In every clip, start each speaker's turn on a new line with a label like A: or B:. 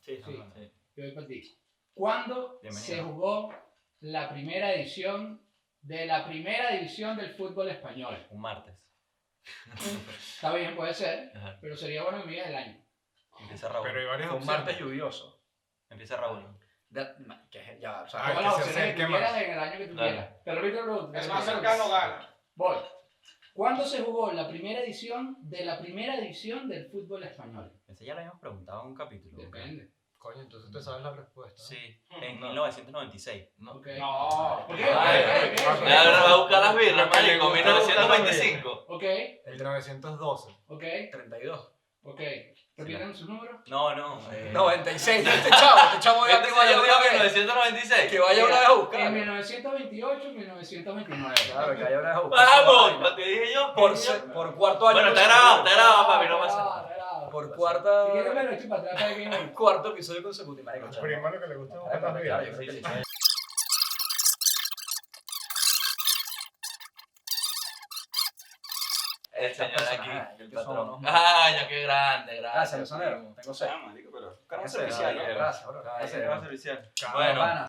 A: Sí,
B: Sí.
A: ajá, sí.
B: Yo voy por ti. ¿Cuándo
A: Bienvenido.
B: se jugó la primera edición de la primera división del fútbol español?
A: Un martes.
B: Está bien, puede ser,
A: Ajá.
B: pero sería bueno que me digas el año.
A: Empieza Raúl.
C: Pero hay varias
D: Fue un
C: opciones.
D: martes lluvioso.
A: Empieza Raúl.
D: Da- ma- que es- ya, o sea,
C: Ah,
B: Todas las
C: que se
B: opciones que
C: acerque
B: tú
C: más.
B: quieras en el año que tú
A: Claro.
B: quieras. Te repito la pregunta.
E: El más cercano gana.
B: Voy. ¿Cuándo se jugó la primera edición de la primera división del fútbol español?
A: Ese ya lo habíamos preguntado en un capítulo. ¿ok?
B: Depende.
C: Coño, entonces te sabes la respuesta. Hmm, ¿no?
A: Sí, en 1996.
D: no,
B: Ok.
D: no,
B: ¿Por qué?
A: Vale,
B: Ok,
C: vale,
B: ok,
C: vale.
B: ok.
C: Claro,
A: va a buscar las birras,
C: Papá, le
A: marico,
C: gusta buscar las
A: 1925.
B: Ok,
C: El 912.
B: ok,
D: 32.
B: ok. ¿Repiten su número?
A: No, no. eh,
D: 96. Este chavo, este chavo ya
A: Este
D: te
A: se
D: vaya
A: lo digo
D: una
A: en
D: vez. Que
A: 1996.
D: vaya una vez a buscar.
B: En 1928 y 1929.
D: Claro, que vaya una vez a buscar.
A: Ah, ¡Vamos! Te dije yo.
D: Por,
A: coño.
D: se- por cuarto año.
A: Bueno, está grabado, está grabado, papi, no pasa nada.
D: Por
B: Si quieres me
D: cuarta.
B: lo echo para atrás para que me-
D: Cuarto episodio consecutivo. Marico, chamo.
C: Primo lo que le gusta es buscar las
D: Claro, yo
C: vidas.
D: creo que sí.
A: El
D: Estas
A: señor aquí,
D: personas, ah,
A: el
D: que son
A: patrón. Ah,
D: unos-
A: Ay, qué grande,
D: Gracias,
A: gracias.
D: mesonero. Tengo
A: Ah,
D: sed.
E: marico, pero.
D: Gracias,
A: servicial,
D: gracias,
A: ¿no?
D: gracias, bro.
A: Gracias,
D: Gracias,
A: gracias, Luciano.
D: Bueno.
A: Bueno,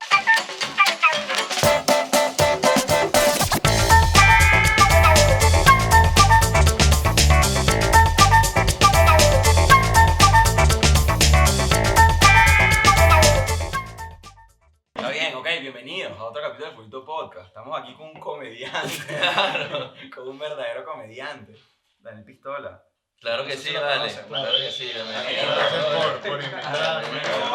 A: está bien, ok, bienvenidos a otro capítulo de Fulito Podcast. Estamos aquí con un comediante, con un verdadero comediante, Daniel Pistola.
F: Claro que
D: Eso
F: sí,
D: se lo
F: vale.
D: conocen,
F: Claro que sí,
C: Gracias por, por invitarme.
F: Vale.
A: Bienvenidos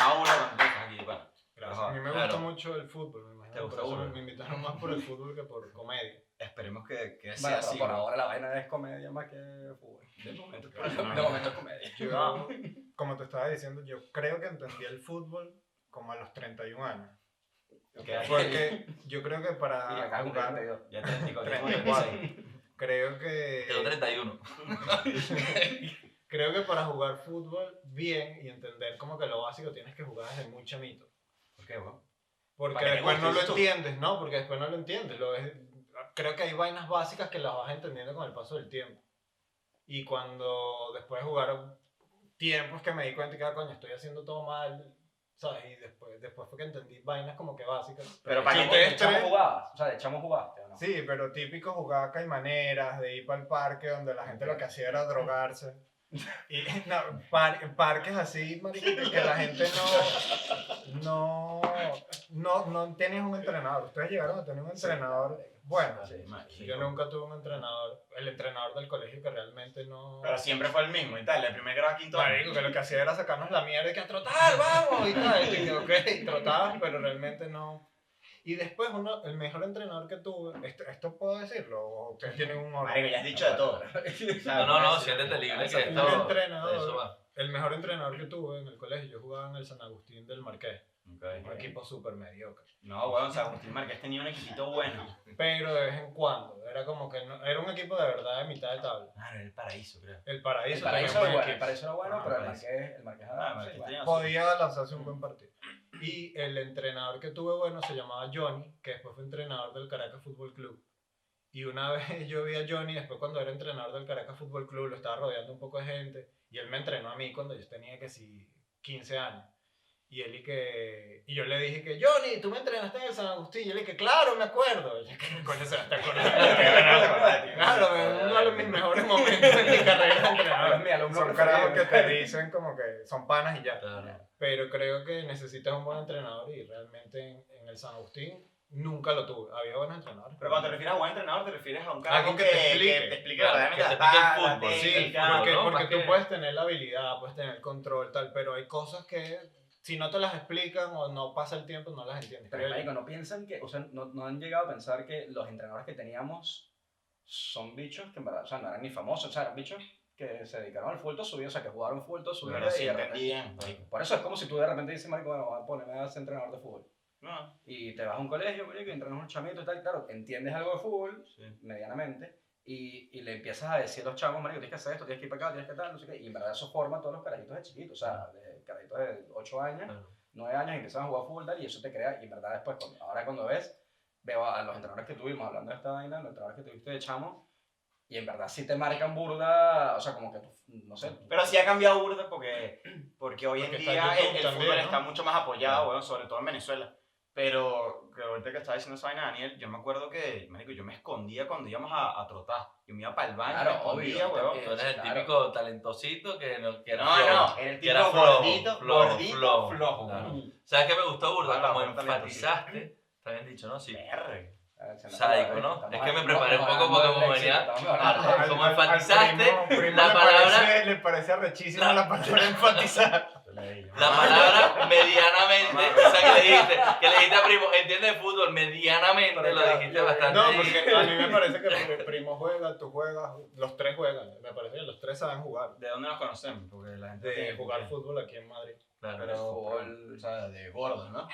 A: a una cuando estás aquí, pana.
C: Gracias. A mí me gusta
F: Claro.
C: mucho el fútbol. Me
A: ¿Te
C: imagino
A: gusta
C: por eso
A: fútbol?
C: me invitaron más por el fútbol que por comedia.
A: Esperemos que, que
D: Bueno,
A: sea
D: pero
A: así.
D: por
A: ¿no?
D: ahora la vaina es comedia más que fútbol.
A: De momento, pero-
D: De momento es comedia.
C: Yo, como te estaba diciendo, yo creo que entendí el fútbol como a los 31 años. Porque yo creo que
D: Y
C: para
D: acá con
C: jugar,
D: 32.
A: Ya 34,
C: 34.
A: 36.
C: creo que...
F: Quedó 31.
C: Creo que para jugar fútbol bien y entender como que lo básico tienes que jugar desde muy chamito.
A: ¿Por qué, weón?
C: Porque
A: Para que
C: después no lo
A: gustes tú.
C: entiendes, ¿no? Porque después no lo entiendes. Lo ves- creo que hay vainas básicas que las vas entendiendo con el paso del tiempo. Y cuando después de jugar tiempos que me di cuenta que, ah, coño, estoy haciendo todo mal, ¿sabes? Y después, después fue que entendí vainas como que básicas.
D: Pero para
C: Sí,
D: que
C: ustedes
D: te echamos
C: tres-
D: jugadas. O sea, de chamo jugaste o no.
C: Sí, pero típico jugar caimaneras, de ir para el parque donde la gente lo que hacía era drogarse. Y no, par- parques así, marico, que la gente no, no, no, no tienes un entrenador. Ustedes llegaron a tener un entrenador. Bueno, yo nunca tuve un entrenador, el entrenador del colegio que realmente no...
A: Pero siempre fue el mismo y tal, el primer grado a quinto año.
C: Marico, que lo que hacía era sacarnos la mierda y que a trotar, vamos, y tal. Y yo, ok, trotabas, pero realmente no. Y después, uno, el mejor entrenador que tuve, esto, esto puedo decirlo, o ustedes tienen un orden.
A: Marico, ya has dicho de todo.
F: No, no, no, siéntete libre que
C: Un
F: esto.
C: entrenador.
F: Eso va.
C: El mejor entrenador que tuve en el colegio, yo jugaba en el San Agustín del Marqués, un
A: Ok.
C: equipo súper mediocre.
A: No, weón, o sea, Agustín Márquez tenía un equipito bueno.
C: Pero de vez en cuando, era como que no- era un equipo de verdad de mitad de tabla.
A: Claro, el paraíso, creo.
C: El
D: El
C: paraíso, tenía
D: paraíso era
A: pues,
C: un buen
D: bueno, el
C: equipo.
D: paraíso era bueno,
A: Ah,
D: pero el
A: paraíso.
D: marqués, el marqués
A: Ah,
D: era
A: Márquez
D: sí, bueno.
A: tenía-
C: podía lanzarse un buen partido. Y el entrenador que tuve bueno se llamaba Johnny, que después fue entrenador del Caracas Fútbol Club. Y una vez yo vi a Johnny, después cuando era entrenador del Caracas Fútbol Club, lo estaba rodeando un poco de gente, y él me entrenó a mí cuando yo tenía que si 15 años. Y él y que... Y yo le dije que, Johnny, tú me entrenaste en el San Agustín. Y él y que, claro, me acuerdo. Y yo, "¿Qué coño se va a estar acordando?" Claro, uno de mis mejores momentos en mi carrera de entrenador.
D: Mi alumno
C: Son
D: preferido.
C: carajos que te dicen como que son panas y ya.
F: Claro.
C: Pero creo que necesitas un buen entrenador y realmente en, en el San Agustín nunca lo tuve. Había buenos entrenadores.
A: Pero cuando te refieres a buen entrenador, te refieres a un
C: Algo
A: carajo
C: que
A: que,
C: te
A: que
C: explique.
A: te explique
F: Claro,
A: verdaderamente
F: que te
A: la
F: explique el
A: pala,
F: fútbol.
C: Sí,
A: técnica,
C: porque,
F: ¿no?
C: porque
F: Más
C: tú
F: que-
C: puedes tener la habilidad, puedes tener el control, tal, pero hay cosas que si no te las explican o no pasa el tiempo, no las entiendes.
D: Pero, marico, no piensan que, o sea, no, no han llegado a pensar que los entrenadores que teníamos son bichos que en verdad, o sea, no eran ni famosos, o sea, eran bichos que se dedicaron al fútbol subido, o sea, que jugaron fútbol todo su vida
A: Pero sí
D: y de repente-
A: entendían, marico.
D: Por eso es como si tú de repente dices, marico, bueno, voy a ponerme a ser entrenador de fútbol.
A: No,
D: Y te vas a un colegio, marico, y entrenas un chamito y tal, claro, entiendes algo de fútbol,
A: sí.
D: medianamente, y, y le empiezas a decir a los chavos, marico, tienes que hacer esto, tienes que ir para acá, tienes que tal, no sé qué, y en verdad eso forma a todos los carajitos de chiquitos, o sea, de carajitos de 8 años,
F: Claro.
D: 9 años y empezaron a jugar fútbol tal, y eso te crea, y en verdad después, cuando- ahora cuando ves, veo a los entrenadores que tuvimos hablando de esta vaina, los entrenadores que tuviste de chamo, Y en verdad sí te marcan burda, o sea, como que, tú, no sé. tú-
A: Pero sí ha cambiado burda porque, porque hoy en
C: Porque está
A: día el,
C: YouTube
A: el
C: también,
A: fútbol
C: ¿no?
A: está mucho más apoyado,
D: Claro.
A: weón, sobre todo en Venezuela. Pero que ahorita que estaba diciendo esa vaina, Daniel, yo me acuerdo que, marico, yo me escondía cuando íbamos a, a trotar. Yo me iba para el baño,
D: Claro,
A: me escondía,
D: obvio, yo
A: weón.
D: también.
F: Tú eres el
D: Claro.
F: típico talentosito que no que era
A: No,
F: flojo.
A: no, era el
F: que era
A: tipo
F: flojo,
A: gordito,
F: flojo,
A: gordito,
F: flojo.
A: flojo.
F: Claro.
A: weón.
F: ¿Sabes qué me gustó, Burda?
A: Claro,
F: Como
A: buen talento, sí.
F: enfatizaste, está bien dicho, ¿no? Sí.
A: Perre.
D: Ah, se nos
F: Sádico,
D: acaba,
F: ¿no?
D: estamos
F: Es que me
D: hablando-
F: preparé un poco porque como venía-
D: estamos hablando del éxito,
F: Claro.
D: estamos hablando-
F: como enfatizaste, la
C: le
F: palabra-
C: Parece, le parece arrechísima la palabra enfatizar.
F: La palabra medianamente, o sea, que le dijiste, que le dijiste a primo, entiende de fútbol, medianamente
D: Pero
F: lo
D: ya-
F: dijiste
D: ya-
F: bastante.
C: No, porque a mí me parece que mi primo juega, tú juegas, los tres juegan. Me parece que los tres saben jugar.
A: ¿De dónde nos conocemos? Porque la gente...
C: De jugar fútbol aquí en Madrid.
F: Claro.
C: Pero-
D: Fútbol, o sea, de gordo, ¿no?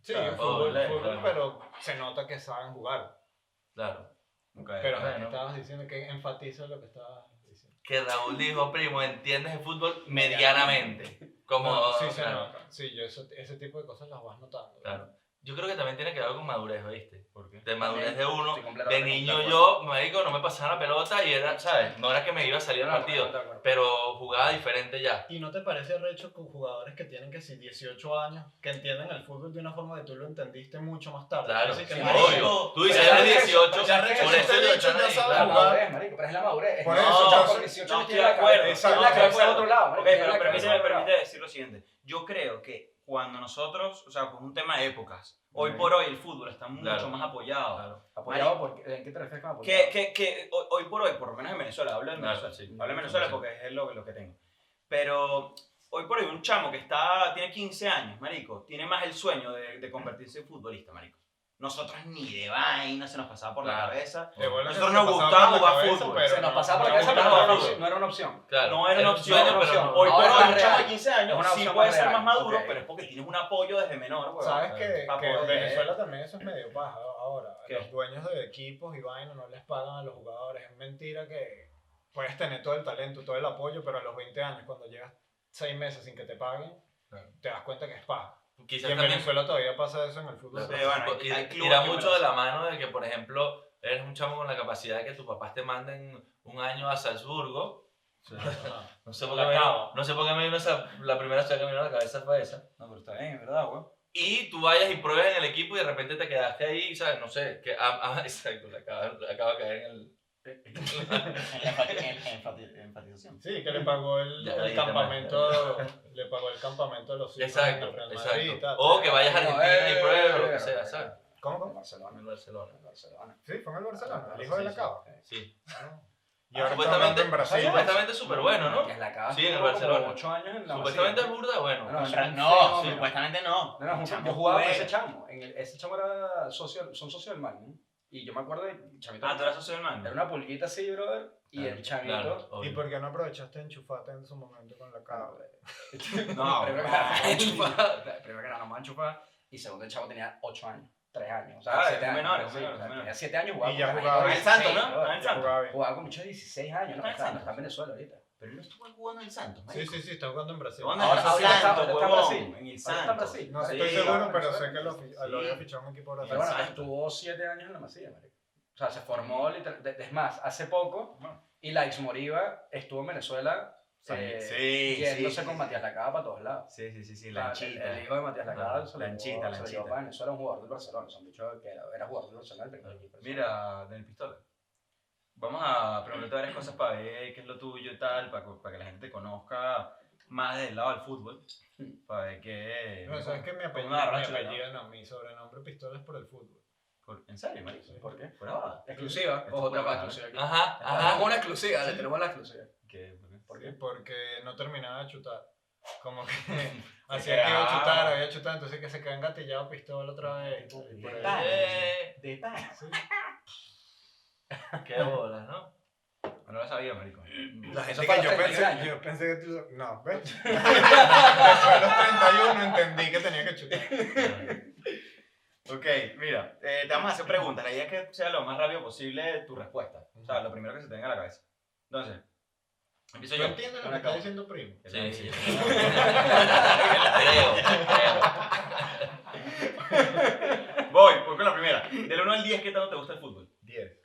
C: Sí,
A: Ah,
C: fútbol,
F: fútbol,
C: fútbol,
F: claro.
C: pero se nota que saben jugar.
F: claro.
A: Ok.
C: Pero
F: bueno.
C: ¿qué estabas diciendo que enfatizo lo que estabas diciendo.
F: Que Raúl dijo, primo, entiendes de fútbol medianamente. Como,
C: No, Ah, sí, se
F: Ah, claro,
C: nota. Sí, yo eso- ese tipo de cosas las vas notando.
F: claro. Yo creo que también tiene que ver con madurez, ¿viste?
A: ¿Por qué?
F: De madurez de uno.
D: Estoy
F: De
D: completamente
F: niño
D: acuerdo.
F: yo, marico, no me pasaba la pelota y era, ¿sabes? No era que me iba a salir al partido,
D: Completamente de acuerdo.
F: pero jugaba diferente ya.
C: ¿Y no te parece recho con jugadores que tienen que si 18 años, que entienden el fútbol de una forma que tú lo entendiste mucho más tarde?
F: Claro,
C: Así que,
D: sí,
C: marico,
F: obvio. Tú dices,
C: pero ya
F: eres
C: regresó,
F: 18,
C: ya
F: por
C: regresó
F: eso
C: este
F: yo
C: bicho,
F: están
C: ya
F: ahí,
C: sabe
F: claro.
D: La
C: jugar.
D: madurez, marico, pero es la madurez.
C: Por
D: No,
C: eso,
D: no,
C: yo
D: con
C: soy-
D: 18
A: no,
D: años
A: estoy
D: tiene
A: de
D: la
A: acuerdo,
D: cabeza-
C: exacto,
D: tiene la cabeza
A: exacto.
D: en otro lado, marico,
A: Ok,
D: tiene
A: pero
D: la cabeza
A: permíteme,
D: en otro lado.
A: permíteme decir lo siguiente. Yo creo que cuando nosotros, o sea, por un tema de épocas, hoy
D: Ok.
A: por hoy el fútbol está mucho
F: Claro.
A: más apoyado.
F: Claro.
D: Apoyado, porque- ¿en qué te refieres con apoyado?
A: Que, que, que hoy, hoy por hoy, por lo menos en Venezuela, hablo en
F: Claro,
A: Venezuela,
F: sí.
A: hablo en Venezuela
F: Sí.
A: porque es lo, lo que tengo. Pero hoy por hoy un chamo que está, tiene 15 años, marico, tiene más el sueño de, de convertirse en futbolista, marico. Nosotros ni de vaina se nos pasaba por la
F: Claro.
A: cabeza.
C: de bola
A: Nosotros
C: se
A: nos
C: pasaba
A: gustaba
C: por la
A: jugar
C: cabeza,
A: fútbol.
C: pero
D: se nos
C: no-
D: pasaba por
A: no
D: la cabeza,
A: me
D: pero no
A: gustaba
D: era,
A: fútbol.
D: una opción, no era una opción.
F: Claro.
A: No era
F: un
A: una opción,
F: sueño,
D: opción.
F: pero no.
A: Hoy por hoy un
D: Ahora es
A: chamo de
D: real.
A: 15
D: Es
A: años
D: una
A: sí
D: opción
A: puede
D: más
A: ser
D: real,
A: más maduro,
D: ok.
A: pero es porque tienes un apoyo desde menor, Ah, pues, weón.
C: ¿Sabes
F: Claro.
C: que,
A: Pa'
C: que en
A: poder.
C: Venezuela también eso es medio paja ahora?
A: ¿Qué?
C: Los dueños de equipos y vaina no les pagan a los jugadores. Es mentira que puedes tener todo el talento, todo el apoyo, pero a los 20 años, cuando llegas 6 meses sin que te paguen,
F: Claro.
C: te das cuenta que es paja. Y
F: Quizás
C: en
F: también
C: Venezuela todavía pasa eso en el fútbol.
A: Sí, bueno, hay-
F: Ir-
A: hay clubes
F: irá
A: que
F: mucho
A: merecen.
F: de la mano de que, por ejemplo, eres un chamo con la capacidad de que tus papás te manden un año a Salzburgo.
C: Ajá.
F: No sé por qué
C: La
F: me
C: cava.
F: vino, no sé por qué me vino esa, la primera ciudad que me vino a la cabeza fue esa.
D: No, pero está bien, es verdad, güey.
F: Y tú vayas y pruebes en el equipo y de repente te quedaste ahí, ¿sabes? No sé, que, ah, ah, exacto, le acaba, le acaba de caer en el...
D: Enfatización.
C: Sí, que le pagó el,
F: Ya,
C: el
F: ahí te
C: campamento, le pagó el campamento a los hijos
F: Exacto,
C: en el Real Madrid y
F: exacto.
C: tal.
F: O que vayas a Argentina
D: No,
F: y pruebes lo
D: eh,
F: que sea,
D: eh,
F: ¿sabes?
C: ¿Cómo,
D: En
C: cómo?
D: Barcelona.
F: En Barcelona.
D: En Barcelona.
C: Sí, fue en el Barcelona, el
D: Ah,
C: hijo de
D: sí,
C: la
D: sí.
C: cava.
F: Sí.
C: Y ahora está
F: Supuestamente-
C: hablando en Brasil.
F: Supuestamente es súper bueno, ¿no?
D: Que es la cava.
F: Sí, en el
D: estuvo como
F: Barcelona.
D: ocho años en la
F: Supuestamente es
D: Basílica.
F: burda, bueno.
D: No,
F: Claro,
D: no,
F: sí,
A: supuestamente no.
D: No, no,
A: Chamo
D: yo jugaba con
A: juega.
D: ese chamo. En el- ese chamo era socio, son socios del Magno. Y yo me acuerdo de chamito.
A: Ah, tú eras socio del
D: Era
A: man.
D: una pulguita así, brother. Y el chamito.
F: claro, obvio.
C: ¿Y por qué no aprovechaste enchufarte en su momento con la cava?
A: No,
D: primero que
A: no.
D: nada, no enchufada. Primero que nada, no me enchufada. Y segundo, el chavo tenía 8 años, 3 años. O sea,
A: Ah,
D: 7
A: es
D: años.
A: menor, es
D: sí,
A: menor,
D: o sea,
A: es menor.
D: Tenía 7 años jugaba
C: Y ya
D: con
C: jugaba
D: carajito
C: en
D: de
A: el Santos,
D: 16,
A: ¿no? Ah,
D: brother.
A: en el Santos.
C: Jugaba bien.
D: Jugaba con muchos de 16 años, ¿no?
A: Está en
D: Está, no
A: Santos.
D: está en Venezuela ahorita.
A: Pero él no estuvo jugando en Santos, marico.
C: Sí, sí, sí, está jugando en Brasil. Ah,
A: Jugando en
D: Ahora-
A: el
D: ahora está-
A: Santos,
D: ahora está en
A: huevón,
D: Brasil.
A: En el
D: Ahora está en
A: Santos.
D: Brasil.
C: No
A: Sí.
C: estoy seguro, pero sé que lo, lo
A: Sí.
C: había fichado en un equipo
D: Pero bueno,
C: brasileño.
D: pues
A: Exacto.
D: estuvo 7 años en la Masía, marico. O sea, se formó literal. de- de- Es más, hace poco, y la ex Moriva estuvo en Venezuela. eh,
A: Sí,
D: Yéndose
A: sí.
D: con Matías Lacaba para todos lados.
A: Sí, sí, sí, sí,
D: La- El, el
A: lanchita.
D: hijo de Matías Lacaba
F: Claro,
D: se lo
A: Lanchita,
D: llevó- se lo
A: Lanchita.
D: llevó para Venezuela, un jugador del Barcelona. Son bichos que era, era jugador del Barcelona. el primer equipo.
A: Mira, Daniel Pistola. Vamos a preguntarte varias cosas para ver qué es lo tuyo y tal, para, que- para que la gente te conozca más del lado del fútbol. Para ver qué.
C: No, sabes que mi apellido,
A: Una
C: mi
A: racha, ¿no?
C: apellido no, mi sobrenombre pistola es por el fútbol.
A: Por- ¿En serio, marico?
D: ¿Por qué?
A: Por ahora.
D: Exclusiva.
A: Esto fue
D: Ojo, otra
A: raro,
D: más exclusiva. aquí.
F: Ajá,
D: Ajá,
F: ajá.
D: una exclusiva, le tenemos la exclusiva.
A: ¿Qué? ¿Por qué?
D: ¿Por
C: Sí,
D: qué?
C: porque no terminaba de chutar. Como que
A: Se
C: hacía que iba a
A: quedaba.
C: chutar, había chutado, entonces que se quedan gatillado pistola otra vez.
D: Por
C: Y
D: el
C: ahí-
D: pan.
F: Eh,
D: De paz.
C: Sí.
F: Qué bolas, ¿no?
A: No lo sabía, marico.
C: La
D: Eso
C: gente
D: fue a
C: que
D: los
C: yo
D: 31
C: pensé,
D: años.
C: yo pensé que tú... No, ¿ves? Después de los 31 entendí que tenía que chutar.
A: Ok, mira, eh, te vamos a hacer preguntas. La idea es que sea lo más rápido posible tu respuesta. O sea, lo primero que se te venga a la cabeza. Entonces,
C: ¿Tú
A: empiezo yo.
C: entiendes lo que está diciendo primo?
F: Sí, sí. Creo, creo.
A: Voy, voy con la primera. Del 1 al 10, ¿qué tanto te gusta el fútbol?
C: 10.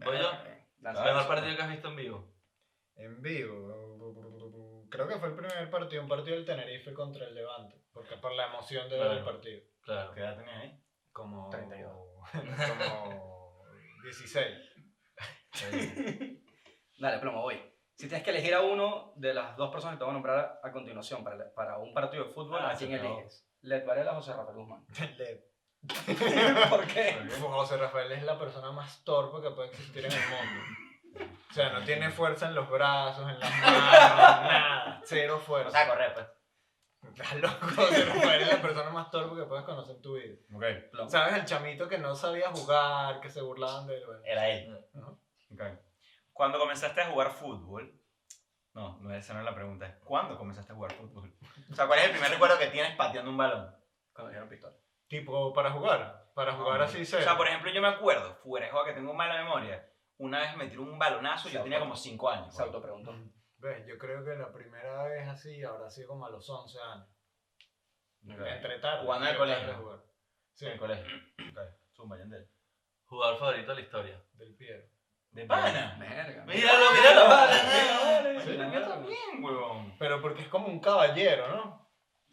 D: Ah,
F: ¿Voy yo?
D: Lanza
C: ¿sabes?
F: Mejor partido que has visto en vivo.
C: En vivo. Creo que fue el primer partido, un partido del Tenerife contra el Levante. Porque por la emoción de ver el
F: Claro.
C: partido.
F: Claro.
A: ¿Qué edad tenías ahí?
C: Como.
D: 32.
C: Como. 16.
D: Dale, plomo, voy. Si tienes que elegir a uno de las dos personas que te voy a nombrar a continuación para, la- para un partido de fútbol,
A: Ah,
D: ¿a quién
A: se acabó.
D: eliges? ¿Led Varela o José Rafael Guzmán?
C: Le-
D: ¿Por qué?
C: Pues, José Rafael es la persona más torpe que puede existir en el mundo. O sea, no tiene fuerza en los brazos, en las manos, nada. Cero fuerza.
A: O sea, correr, pues.
C: Estás loco, José Rafael es la persona más torpe que puedes conocer en tu vida.
A: Ok.
D: Plomo.
C: ¿Sabes? El chamito que no sabía jugar, que se burlaban de él. bueno.
A: Era él.
C: Ajá.
A: Ok. Cuando comenzaste a jugar fútbol. No, no, esa no es la pregunta. es ¿Cuándo comenzaste a jugar fútbol? O sea, ¿cuál es el primer recuerdo que tienes pateando un balón?
D: Cuando dieron pistola.
C: Tipo, para jugar. Para jugar así
A: Ah, O
C: se.
A: sea, por ejemplo, yo me acuerdo, fuera de juego que tengo mala memoria, una vez me tiró un balonazo y yo
D: Se
A: tenía
D: auto-
A: como 5 años.
D: Se autopreguntó.
C: ¿Ves? Yo creo que la primera vez así habrá sido como a los 11 años. Entre tarde.
A: Jugando en el
C: entre tarde
A: colegio.
C: jugar. Sí,
A: En el colegio. Ok. Zumba, Yandel.
F: Jugador favorito de la historia.
C: del Piero.
A: De pana.
D: Verga.
F: Míralo,
A: Ah,
F: míralo.
D: Verga.
C: Sí.
A: Yo también, huevón.
C: Pero porque es como un caballero, ¿no?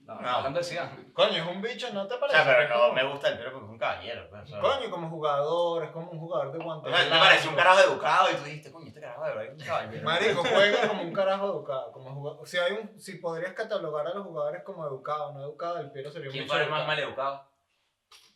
D: No,
A: No.
D: hablando de Zidane.
C: Coño, es un bicho, ¿no te
A: O
C: parece?
A: sea, pero no
C: Como-
A: me gusta el pero porque es un caballero. pues, o sea.
C: Coño, como jugador, es como un jugador de
A: O
C: guante.
A: sea, te
C: blanco.
A: pareció un carajo educado y tú dijiste, coño, este carajo de verdad es un caballero.
C: Marico, juega como un carajo educado. Como jugador. Si, hay un, si podrías catalogar a los jugadores como educado, no educado, el Piero sería un
A: ¿Quién
C: bicho
A: fue el más
C: educado.
A: maleducado?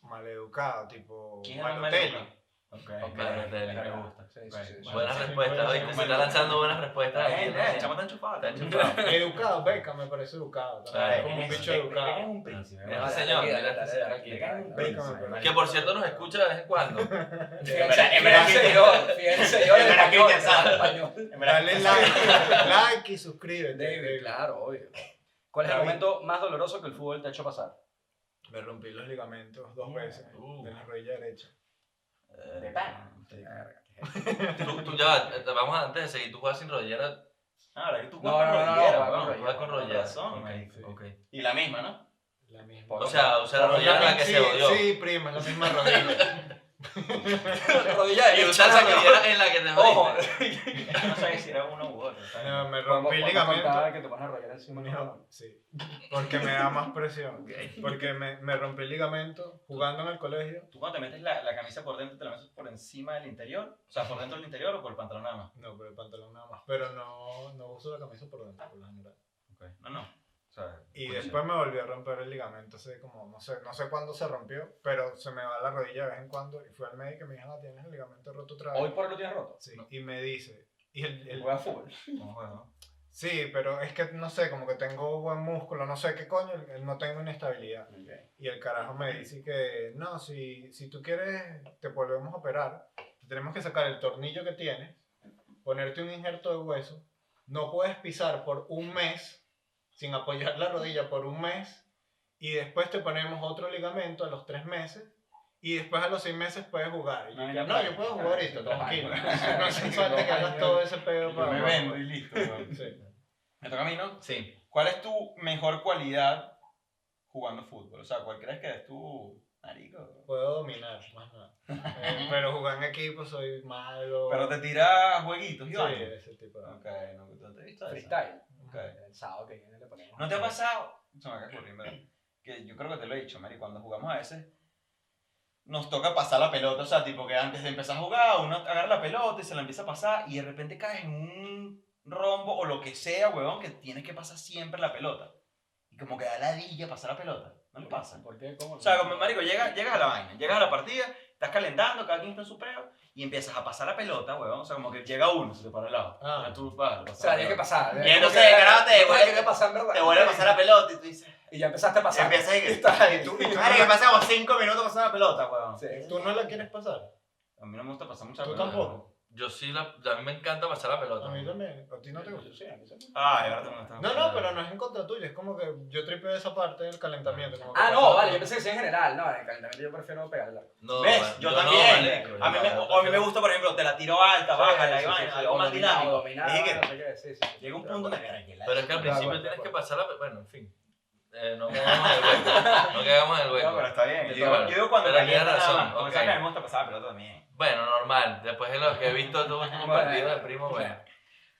C: maleducado, tipo
A: ¿Quién era el más
C: Balotelli.
A: maleducado? Ok,
F: Ok,
A: Balotelli,
F: ok.
A: me gusta.
D: Sí, sí, sí, sí.
F: Buenas
C: Sí,
F: respuestas,
C: buenas,
F: ¿viste?
C: sí,
F: Se está
C: buenas.
F: lanzando buenas respuestas.
A: Bien, bien, el chamo
F: aquí.
A: está enchufado.
F: Está enchufado.
C: Educado, Beckham me parece educado. también,
F: Ah,
C: como un
F: es-
C: bicho
F: es-
A: Beckham es
C: educado.
A: un príncipe.
F: Mira
A: ¿verdad?
F: este señor,
D: Dale,
F: mira
D: dale,
F: este señor
D: dale,
F: aquí.
D: dale, dale,
C: Beckham,
D: dale,
C: Beckham.
D: dale.
F: Que por cierto nos escucha de vez en cuando.
A: En verdad- en verdad
D: Fiel
A: que-
D: seguidor, fiel seguidor del
A: En verdad que
D: español,
A: pensaba.
D: español.
A: En verdad,
C: Dale like, like y suscríbete.
D: David, claro, obvio. ¿Cuál es el
C: David.
D: momento más doloroso que el fútbol te ha hecho pasar?
C: Me rompí los ligamentos dos veces
F: Uh.
C: de la rodilla derecha.
A: De pana.
F: Tú, tú ya, va, eh, vamos antes de seguir. Tú juegas sin rodillera.
A: Ahora que tú
D: No,
A: juegas
D: no,
A: Ah, con
D: no, no,
A: rodillera,
D: no,
A: weón.
D: no, no,
F: Juegas con rodillera.
A: Razón,
F: Ok,
A: marico.
F: ok.
A: Y la misma, ¿no?
C: La misma.
F: O sea, o sea, la
C: Por
F: rodillera
C: misma-
F: la que
C: sí,
F: se odió.
C: Sí, prima, es la misma rodilla.
D: Rodilla
F: Y
D: derecha,
F: usar la
D: ¿no?
F: rodillera en la que te
D: Ojo.
F: jodiste.
A: No sabes si era uno u otro. ¿sabes?
C: No, me
D: Vamos-
C: rompí el
D: vamos a
C: ligamento.
D: contar que te pones a rodillar encima del balón.
C: No, Sí, porque me da más presión. Porque me, me rompí el ligamento jugando en el colegio.
A: Tú cuando te metes la, la camisa por dentro, te la metes por encima del interior. O sea, por dentro del interior o por el pantalón nada más.
C: No, pero el pantalón nada más. Pero no, no uso la camisa por dentro, por lo general.
A: No, no. O sea,
C: Y
A: por
C: después me volvió a romper el ligamento, así como, no sé, no sé cuándo se rompió, pero se me va la rodilla de vez en cuando. Y fui al médico y me dijeron, "Ah, tienes el ligamento roto otra vez.
D: Hoy por hoy lo tienes roto.
C: Sí, y me dice, y el, el-
D: Juega fútbol.
A: eso, no juego, ¿no?
C: sí, pero es que no sé, como que tengo buen músculo, no sé qué coño, el- no tengo inestabilidad. Y el carajo me dice que, no, si, si tú quieres, te volvemos a operar, tenemos que sacar el tornillo que tienes, ponerte un injerto de hueso, no puedes pisar por un mes, sin apoyar la rodilla por un mes, y después te ponemos otro ligamento a los tres meses, y después a los seis meses puedes jugar. Y yo,
A: No,
C: no,
A: ya
C: no,
A: está.
C: yo puedo jugar esto,
D: Dos
C: tranquilo.
D: años.
C: No hace falta que hagas todo ese pedo para...
A: y listo.
C: Sí.
A: Me toca a mí, ¿no?
F: Sí.
A: ¿Cuál es tu mejor cualidad jugando fútbol? O sea, ¿cuál crees que es tu marico?
C: Puedo dominar, más nada. Eh, pero jugar en equipo soy malo.
A: Pero te Ah, tira jueguitos,
C: Sí,
A: Iván.
C: ese tipo de...
A: Ok, no, no te he visto eso.
D: Freestyle.
A: Ok.
D: El sábado que viene le ponemos.
A: ¿No te ha pasado? Se me acaba de ocurrir, en ¿verdad? Que yo creo que te lo he dicho, Mari, cuando jugamos a veces nos toca pasar la pelota, o sea, tipo que antes de empezar a jugar uno agarra la pelota y se la empieza a pasar y de repente caes en un rombo o lo que sea, huevón, que tienes que pasar siempre la pelota. Y como que da ladilla pasar la pelota, ¿no le pasa?
D: ¿Por qué? ¿Cómo?
A: O sea, como, marico, llegas, llegas a la vaina, llegas a la partida, estás calentando, cada quien está en su peo y empiezas a pasar la pelota, huevón, o sea, como que llega uno, se te para el lado.
C: Ah.
A: O sea, tú vas,
D: O sea, tienes que pasar.
A: Y entonces, carajo, te
D: vuelve
A: vuelve-
D: a pasar, ¿verdad?
A: Te vuelve a pasar la pelota y tú dices...
D: Y ya empezaste a pasar.
A: Empieza a gritar y tú. Ay, que pasamos 5 minutos pasando la pelota, weón.
D: Sí.
C: ¿Tú no la quieres pasar?
A: A mí no me gusta pasar mucha
C: ¿Tú
A: pelota.
C: tampoco?
F: Yo sí, la, a mí me encanta pasar la pelota.
C: A mí también. ¿A ti no te gusta?
D: Sí, a mí sí.
A: Ay, ahora te me gusta.
C: No, no, pero no es en contra tuya. Es como que yo tripeo esa parte del calentamiento. como que
D: Ah,
C: pasa-
D: no, vale, yo pensé que sí en general. No, en el calentamiento yo prefiero pegarla.
F: No,
A: ¿Ves?
F: vale,
A: Yo
F: no,
A: también.
F: vale.
A: A mí me- o a mí me gusta, por ejemplo, te la tiro alta, baja, la vaina, algo más dinámico. Es que Llega un punto en el que la-
F: Pero es que al
D: De acuerdo,
F: principio
D: de
F: tienes que
D: acuerdo.
F: pasar la. pe- Bueno, en fin. Eh, no caigamos en el hueco. No caigamos en el
A: No,
F: hueco.
A: pero está bien.
F: De
A: Yo digo,
F: todo.
A: yo digo cuando
F: Pero
A: calienta
F: tienes
A: nada
F: razón,
A: más. Como
F: ok.
A: sabes que a mí me gusta pasar la pelota también.
F: Bueno, normal. Después de lo que he visto en los últimos
D: Bueno.
F: partidos de primo, bueno.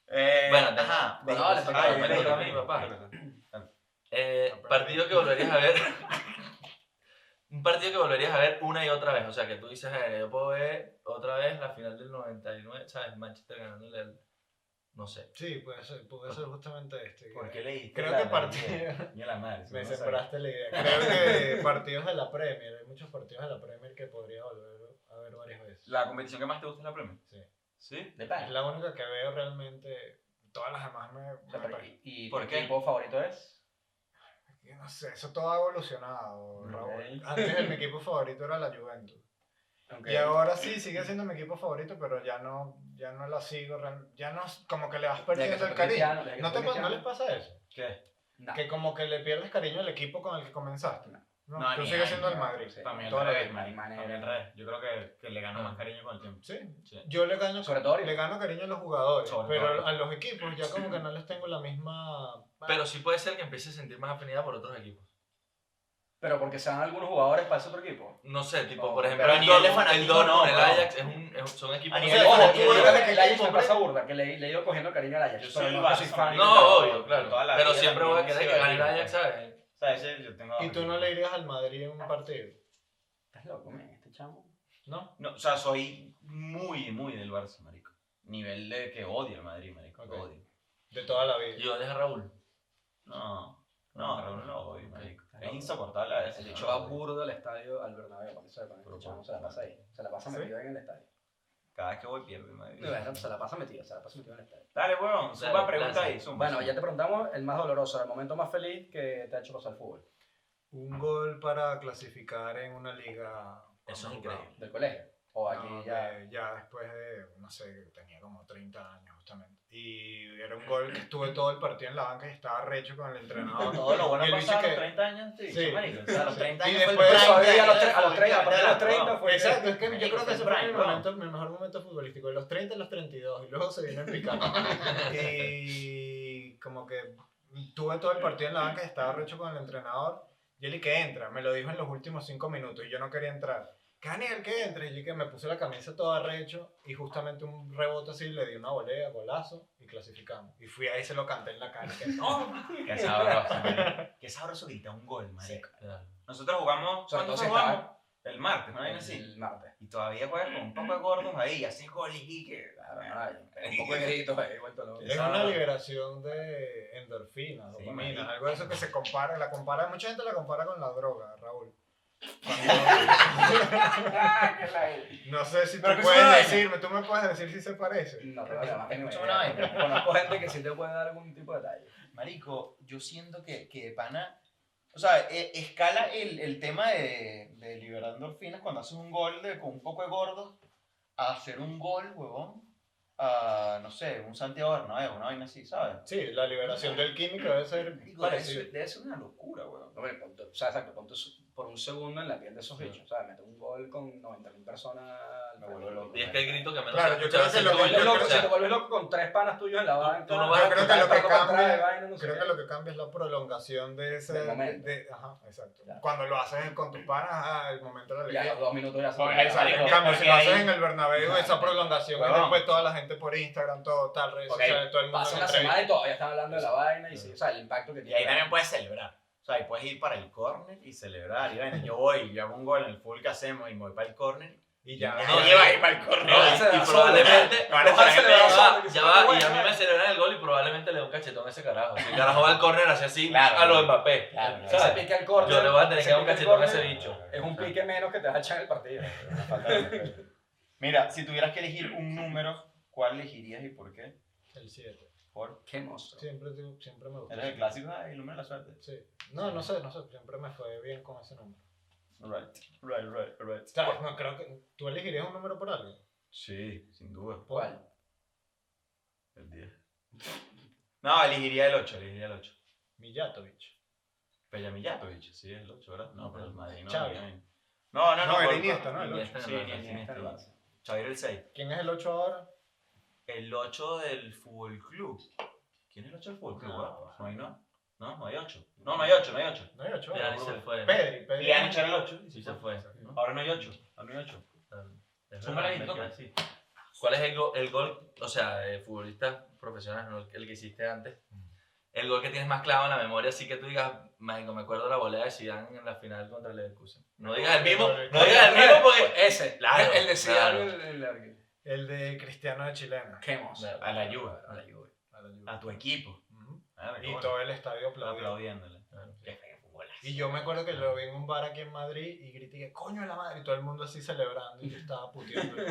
A: Eh,
F: Bueno, te-
A: ajá.
D: bueno, vale,
A: Ah,
D: vale,
A: ya,
D: vale,
A: ya,
F: vale,
A: ya,
F: papá.
A: ya, ya.
F: Eh, partido que volverías a ver. Un partido que volverías a ver una y otra vez. O sea, que tú dices, "Eh, yo puedo ver otra vez la final del 99, ¿sabes? Manchester ganándole el. No sé.
C: Sí, puede ser, puede ser justamente este.
A: ¿Por qué leíste?
C: Creo
A: la-
C: que
A: la
C: partido-
A: idea? Yo la madre.
C: Me
A: no sabía.
C: separaste la idea. Creo que partidos de la Premier, hay muchos partidos de la Premier que podría volver a ver varias veces.
A: ¿La competición que más te gusta es la Premier?
C: Sí.
A: ¿Sí?
D: De
C: Es la única que veo realmente. Todas las demás me, me parecen-
D: ¿Y
A: ¿Por
D: tu
A: qué?
D: equipo favorito es?
C: Yo No sé, eso todo ha evolucionado, Raúl. Antes mi equipo favorito era la Juventus.
D: Ok.
C: Y ahora sí, sigue siendo mi equipo favorito, pero ya no, ya no la sigo. real- Ya no, como que le vas
D: Desde que
C: perdiendo
D: soy
C: el cariño.
D: cristiano, desde que
C: ¿No, te,
D: soy
C: pa- ¿No les
D: cristiano.
C: pasa eso?
A: ¿Qué?
D: No.
C: Que como que le pierdes cariño al equipo con el que comenzaste.
D: No.
C: No,
A: No,
C: tú
A: ni
C: sigues
A: ahí,
C: siendo el
D: no,
C: Madrid.
D: sí.
A: También
C: Toda
A: al
C: la
A: revés,
C: vida.
A: marico,
D: Manera.
A: También al revés. Yo creo que, que le gano más cariño con el tiempo.
C: Sí.
A: Sí.
C: Yo le gano,
D: Sobre todo
C: le
D: ahorita.
C: gano cariño a los jugadores,
A: Sobre
C: pero
A: todo.
C: a los equipos ya como que no les tengo la misma...
F: Pero sí puede ser que empieces a sentir más afinidad por otros equipos.
D: Pero porque se van algunos jugadores para ese otro equipo.
F: No sé, tipo,
D: No,
F: por ejemplo,
A: Oh, pero a
F: el
A: nivel de
F: Dortmund, el
A: fanatismo
F: Dortmund,
A: no,
F: el
A: no.
F: Ajax, es un, es- son equipos...
A: A
F: muy
A: nivel
D: Ojo,
A: de
D: yo
A: fanatismo,
D: creo
F: diferentes.
A: yo creo
D: que
A: que
D: el Ajax me
C: siempre-
D: pasa burda, que le, le he ido cogiendo cariño al Ajax.
A: Yo
D: pero
A: soy
D: no
A: el
D: es que soy
A: Barça,
D: fan.
A: marico.
F: No,
A: Toda
F: obvio,
A: la
F: claro.
A: vida
F: Pero
A: yo
F: siempre voy a
A: también
F: querer
A: soy
F: que gane el
A: Ajax.
F: Ajax, ¿sabes?
A: O sea, ese yo tengo...
C: ¿Y tú no le irías al Madrid en un partido?
D: Estás loco, men, este chamo.
C: ¿No?
A: No, o sea, soy muy, muy del Barça, marico. Nivel de que odio al Madrid, marico.
C: Ok.
A: lo Odio.
C: De toda la vida.
F: Yo dejo a Raúl.
A: No, no, Raúl no lo odio, marico.
D: Ok.
A: Es insoportable a veces.
D: El
A: yo
D: hecho
A: lo
D: va
A: odio.
D: burdo al estadio al Bernabéu, para que sepan,
A: Pero
D: este chamo
A: por-
D: se la pasa ahí. Se la pasa
C: ¿Sí?
D: metido en el estadio.
A: Cada vez que voy pierde, Madrid.
D: No, bueno, se la pasa metido, se la pasa metido en el estadio.
A: Dale, weón,
F: Dale,
A: zumba pregunta
F: lanza.
A: ahí, zumba.
D: Bueno,
A: zumba.
D: ya te preguntamos el más doloroso, el momento más feliz que te ha hecho pasar el fútbol.
C: Un gol para clasificar en una liga...
F: Eso es
C: cuando
F: increíble.
D: ¿Del colegio? O
C: jugaba.
D: aquí
C: No,
D: ya.
C: de- ya después de, no sé, tenía como 30 años justamente. Y era un gol que estuve todo el partido en la banca y estaba recho con el entrenador.
A: Todo lo bueno
C: Y el bicho
A: pasado a los
C: que-
A: 30 años, sí,
C: Sí.
A: marico. O sea, a los
C: Sí.
A: 30
C: Y
A: años fue el
D: Pues,
C: después
A: prime
D: todavía a los
A: time,
D: tre- a los
A: marico,
D: 30, a partir de los 30 fue-
C: Exacto, es que yo creo que ese fue mi
A: Prime,
C: momento, mi mejor momento futbolístico, de los 30 a los 32, y luego se vino en picado. y como que tuve todo el partido en la banca, estaba recho con el entrenador, y él y que entra, me lo dijo en los últimos 5 minutos, y yo no quería entrar. Que Daniel, que entre, y yo que me puse la camisa toda recho, y justamente un rebote así, le di una volea, golazo, y clasificamos. Y fui ahí, se lo canté en la cara, y que no,
A: Qué sabroso, marico. Qué sabroso grita un gol, marico. Nosotros jugamos,
D: Sobre
A: ¿cuándo
D: todo si
A: jugamos?
D: estaba
A: El martes, ¿no? Vaina así.
D: el martes.
A: Y todavía juegas con un poco de gordos ahí, y haces goles y que...
D: Claro, maravilla. Un poco de gritos ahí, vuelto loco.
C: Es una liberación de endorfinas,
A: Sí,
C: dopamina,
A: marico.
C: algo de eso que se compara, la compara, mucha gente la compara con la droga, Raúl. No sé si tú
A: Pero que es una vaina.
C: puedes decirme, tú me puedes decir si se parece.
D: No, pero además que
A: Escucha una vaina.
D: Conozco gente que sí te puede dar algún tipo de detalle.
A: Marico, yo siento que, que de pana. O sea, e- escala el, el tema de, de liberar endorfinas cuando haces un gol de, con un poco de gordo a hacer un gol, huevón, a, no sé, un Santiago Bernabéu, una vaina así, ¿sabes?
C: Sí, la liberación del químico debe ser
A: Marico, debe ser,
C: parecido.
A: debe ser una locura, huevón.
D: Hombre, ponte- o sea, exacto, ponte su- por un segundo en la piel de esos
A: Sí.
D: bichos. O sea, meter un gol con 90.000 personas.
A: Me vuelvo loco.
F: Y es que el grito que menos
C: Claro,
F: se
C: yo creo que
F: escuchaba es el
C: lo que-
D: Vuelves
F: tuyo,
D: loco,
F: o
D: si
F: sea,
D: te vuelves loco con tres panas tuyos en la banca.
F: tú no vas a-
D: yo creo
C: que lo que
D: tampoco atrás,
C: cambia-
D: vaina, no sé
C: Creo
D: qué.
C: que lo que cambia es la prolongación de ese...
D: Del momento.
C: de- ajá, exacto.
D: Ya.
C: Cuando lo haces con tus panas, ah, el momento de la
D: Ya, los
C: alegría.
D: dos minutos ya se
A: Porque
D: te
A: ahí
D: acaban.
A: sale
C: En
A: Marico,
C: cambio, si
A: porque
C: lo
A: ahí-
C: haces en el Bernabéu, esa prolongación que
A: Huevón.
C: después toda la gente por Instagram, todo tal, redes
A: Porque ahí
C: sociales, todo el mundo
D: Pasa
C: en
D: una
C: entrevista.
D: semana y todavía están hablando de la vaina y sí, o sea, el impacto que
A: Y ahí
D: tiene.
A: también puedes celebrar. O sea, ahí puedes ir para el córner y celebrar. Y vaina, yo voy, yo hago un gol en el full que hacemos y me voy para el córner.
C: Y
A: Ya,
C: ya,
A: no, lleva ahí para el
F: no,
A: córner.
D: Ahora se
F: y
D: da
F: probablemente...
A: Ahora
F: Ahora
A: se
F: se
A: da
F: le va-
D: solo.
F: Ya va, y a mí me celebran el gol y probablemente le doy un cachetón a ese carajo. Si el carajo va al córner hace así,
A: Claro.
F: a los Mbappé.
A: Claro, claro.
D: Se
F: ¿Sabes?
D: pica el corte.
F: Yo le voy a tener que dar un cachetón a ese
A: córner.
F: bicho.
D: Es un pique menos que te vas a echar en el partido.
A: Mira, si tuvieras que elegir un número, ¿cuál elegirías y por qué?
C: El 7.
A: Por.
D: Qué monstruo.
C: Siempre, digo- siempre me gustó.
A: Eres el clásico, ah, el número de la suerte.
C: Sí. No, no sé, no sé. Siempre me fue bien con ese número.
A: Right, right, right, right.
C: ¿Sabes? No, creo que tú elegirías un número por algo.
A: Sí, sin duda.
D: ¿Cuál?
A: El 10. No, elegiría el 8, elegiría el 8.
C: Millatovich.
A: Pellamillato, bicho. Sí, el 8, ¿verdad? No, pero el Madrid no.
C: Xavi.
A: bien. No, no, no.
C: No, era
A: por-
C: Iniesta, ¿no? El ocho.
A: Iniesta,
F: ocho.
A: Sí,
F: Sí,
A: Iniesta,
D: Iniesta, el
A: Iniesta.
D: Barça.
A: Xavi era el 6.
C: ¿Quién es el 8 ahora?
A: El 8 del Fútbol Club. ¿Quién es el 8 del Fútbol Club?
C: No.
A: No, no hay, no. No, no hay 8. No, no hay 8, no hay 8.
C: No hay 8
F: Ya, ni se fue.
C: Pedri, Pedri.
A: Y han echado el 8.
F: Sí, se fue.
C: Ah,
A: Ahora no hay 8. Ahora no hay 8.
F: Es
A: Son
F: verdad,
A: malas
F: me quedé
A: historias.
F: así. ¿Cuál es el, go- el gol, o sea, de futbolista profesional, no el, el que hiciste antes? El gol que tienes más clavo en la memoria, así que tú digas, "Marico, me acuerdo la volea de Zidane en la final contra el Leverkusen. No digas el mismo, no digas el mismo porque...
D: Ese.
F: Claro,
D: el de Zidane,
F: claro.
D: el, el, largo.
C: El de Cristiano de Chilena.
D: Qué hermoso.
A: A la Juve.
D: A la Juve.
C: a la Juve.
A: A tu equipo.
C: Ujú.
A: Claro, qué
C: Y
A: Ah. bueno.
C: todo el estadio aplaudió.
A: aplaudiéndole. Qué golazo.
C: Y yo me acuerdo que lo vi en un bar aquí en Madrid y grité, que, coño de la madre, y todo el mundo así celebrando y yo estaba puteando.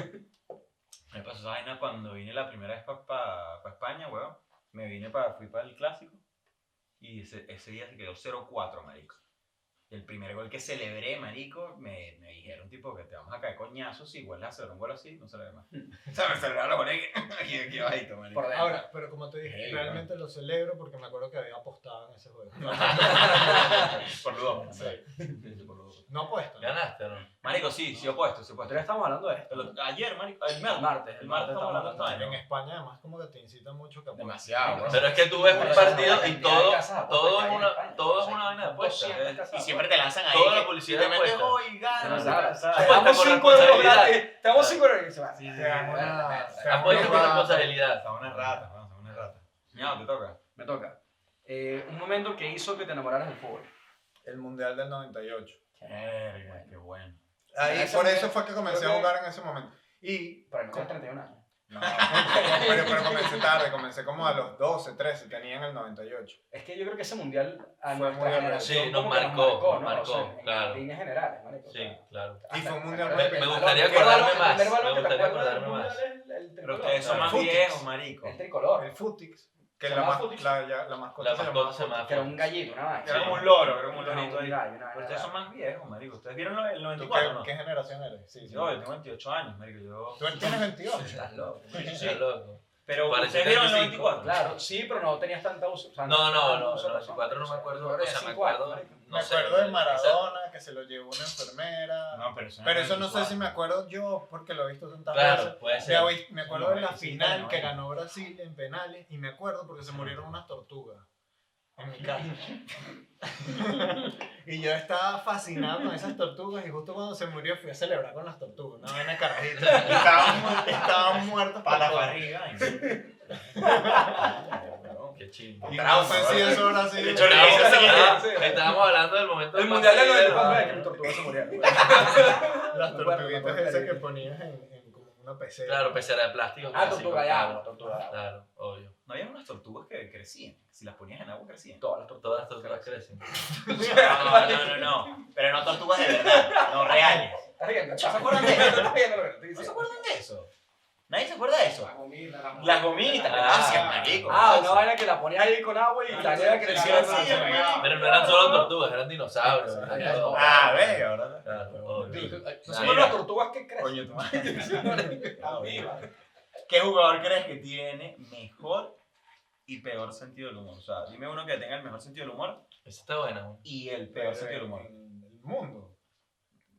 A: Me pasó esa vaina cuando vine la primera vez para España, weón. Me vine para, fui para el clásico. Y ese, ese día se quedó 0-4, marico. Y el primer gol que celebré, marico, me, me dijeron, tipo, que te vamos a caer coñazos si vuelves a hacer un gol así, no se ve más. o sea, me celebraron con él aquí, aquí bajito, marico.
D: Mm. Por dentro.
C: Ahora, pero como te dije,
A: Hey,
C: realmente lo celebro porque me acuerdo que había apostado en ese juego.
A: Por luego.
C: Sí.
A: por luego.
C: No apuesto. ¿no?
F: ¿Ganaste o no?
A: Marico, sí, sí, opuesto, sí,
D: Pues
A: opuesto.
D: ya estamos hablando de esto.
A: El- ayer, marico, el
D: El
A: martes.
D: martes.
A: El martes estamos hablando de
C: En
A: esto.
C: España además como que te incita mucho que apuestes.
A: Demasiado, weón.
F: Pero es que tú ves
D: Por
F: un
D: eso es
F: partido
D: la
F: y
D: cantidad
F: todo,
D: de casas de apuestas
F: todo
D: que
F: es
D: hay en
F: una,
D: España.
F: todo es
D: O sea,
F: una vaina de apuesta.
D: 200
F: Es-
D: casas de
A: Y siempre te lanzan ahí.
F: Toda la
A: que
F: publicidad
A: si te metes
F: apuesta.
A: hoy,
D: Pero, o
A: ganas.
D: sea,
A: Apuesta
D: Damos
A: con
D: 5 euros
A: responsabilidad.
D: gratis. Damos 5 euros gratis.
C: Sí,
D: bueno,
C: se
D: bueno.
C: armó
F: Apuesta con
C: una-
F: responsabilidad.
A: Son unas ratas, vamos, son unas ratas. No, te toca.
D: Me toca. Eh, un momento que hizo que te enamoraras del fútbol.
C: El Mundial del 98.
A: Verga, qué bueno.
C: Ahí,
D: Ese
C: por
D: mundial-
C: eso fue que comencé
D: creo
C: a
D: que-
C: jugar en ese momento. Y,
D: Para no tener 31 años.
C: no, pero, pero comencé tarde, comencé como a los 12, 13, tenía en el 98.
D: Es que yo creo que ese mundial a
C: Fue
D: nuestra
C: muy
D: generación
F: Sí,
D: como
F: nos
D: que
F: marcó, nos
D: ¿no?
F: marcó,
D: O sea, en
F: claro.
D: líneas generales, marico, o
F: Sí,
D: sea,
F: claro.
C: Y fue un mundial
D: hasta-
C: muy
D: hasta-
C: Me
F: gustaría
D: el primer balón-
F: acordarme más,
D: El primer balón
F: me
D: que te
F: gustaría
D: acuerdas del
F: acordarme
D: mundial es el- el
A: Pero
D: tricolor.
A: ustedes son
D: ¿no?
A: más
C: Fútbol.
A: viejos, marico.
C: Este
D: El tricolor,
C: El Futix, que
D: ¿Se
C: la,
D: llamaba
C: ma-
D: Futix?
C: la, ya- la mascota
F: La
C: se
F: mascota
C: llamaba
F: se llama
D: que era un gallito, una vaina.
A: Era
F: Sí.
A: como un loro, era como un
D: Era un
A: lorito ahí.
D: gallo, una
A: Pero
D: vaina.
A: Ustedes son más viejos, marico. ¿Ustedes vieron el
C: ¿Tú
A: 94, no?
C: qué, qué generación eres? Sí, sí.
A: Yo, yo tengo 28 años, marico. Yo...
C: Tú tienes 28.
D: Estás loco.
F: Está loco.
A: Pero
F: Parece
A: ¿ustedes vieron el
F: 35.
A: 94?
D: Claro, sí, pero no tenías tanta uso. o sea,
F: No,
D: tanta
F: no, no,
D: uso,
F: no, 94 no me acuerdo, o sea, me
D: Cinco años,
F: acuerdo-
D: marico.
F: No
C: me
F: sé,
C: acuerdo de
F: exacto.
C: Maradona, que se lo llevó una enfermera.
A: No, pero, eso
C: pero
A: era
C: eso no sé
A: 94.
C: si me acuerdo yo, porque lo he visto tantas
F: Claro,
C: veces.
F: puede
C: Me
F: ser.
C: avi- Me acuerdo de la
A: 95
C: final
A: años,
C: que
A: ¿no? ¿eh?
C: ganó Brasil en penales y me acuerdo porque se murieron unas tortugas en mi casa. y yo estaba fascinado con esas tortugas y justo cuando se murió fui a celebrar con las tortugas, una vaina carajita. Estaban, mu- estaban muertas
A: Para la
C: por-
A: barriga.
F: Qué chingo.
C: Y no sé si eso habrá
A: De
C: sido.
A: hecho, le hice así.
F: Estábamos- Estábamos hablando del momento
D: El
F: más
D: mundial del
F: feliz
D: 94
F: la-
D: es que mi tortuga se pues. murió.
C: Las
D: Me acuerdo, me
C: tortuguitas
D: acuerdo
C: esas que
D: clarito.
C: ponías en, en como una pecera.
F: Claro, pecera de plástico.
D: Ah,
F: clásico,
D: tortuga de
F: claro.
D: agua, tortuga de agua.
F: Claro, obvio.
A: No había unas tortugas que crecían. que Si las ponías en agua, crecían.
D: Todas las tortugas.
F: Todas las tortugas crecen.
A: No, no, no, no. Pero no tortugas de verdad, no reales.
D: ¿Estás viendo? ¿Estás
A: acuerdan de eso?
D: ¿Estás viendo lo que te estoy
A: ¿No se
D: diciendo?
A: acuerdan de eso? ¿Nadie se acuerda de eso?
B: La gomita, la
A: Las gomitas,
D: Ah.
A: gracias, marico.
D: Ah, una vaina que la ponías ahí con agua y la nieve crecía.
B: Ah, Sí, sí,
D: así.
F: Pero no eran solo tortugas, eran dinosaurios.
D: Ah,
F: eran todo.
A: Ah, ve, ahora.
F: Claro, obvio.
D: Son
F: Ah,
D: solo
F: mira.
D: las tortugas que crecen.
A: Coño, tu madre. Ah, ¿Qué jugador crees que tiene mejor y peor sentido del humor? O sea, dime uno que tenga el mejor sentido del humor
F: Esa está buena.
A: y el
C: Pero eh,
A: peor sentido del humor.
C: en el mundo.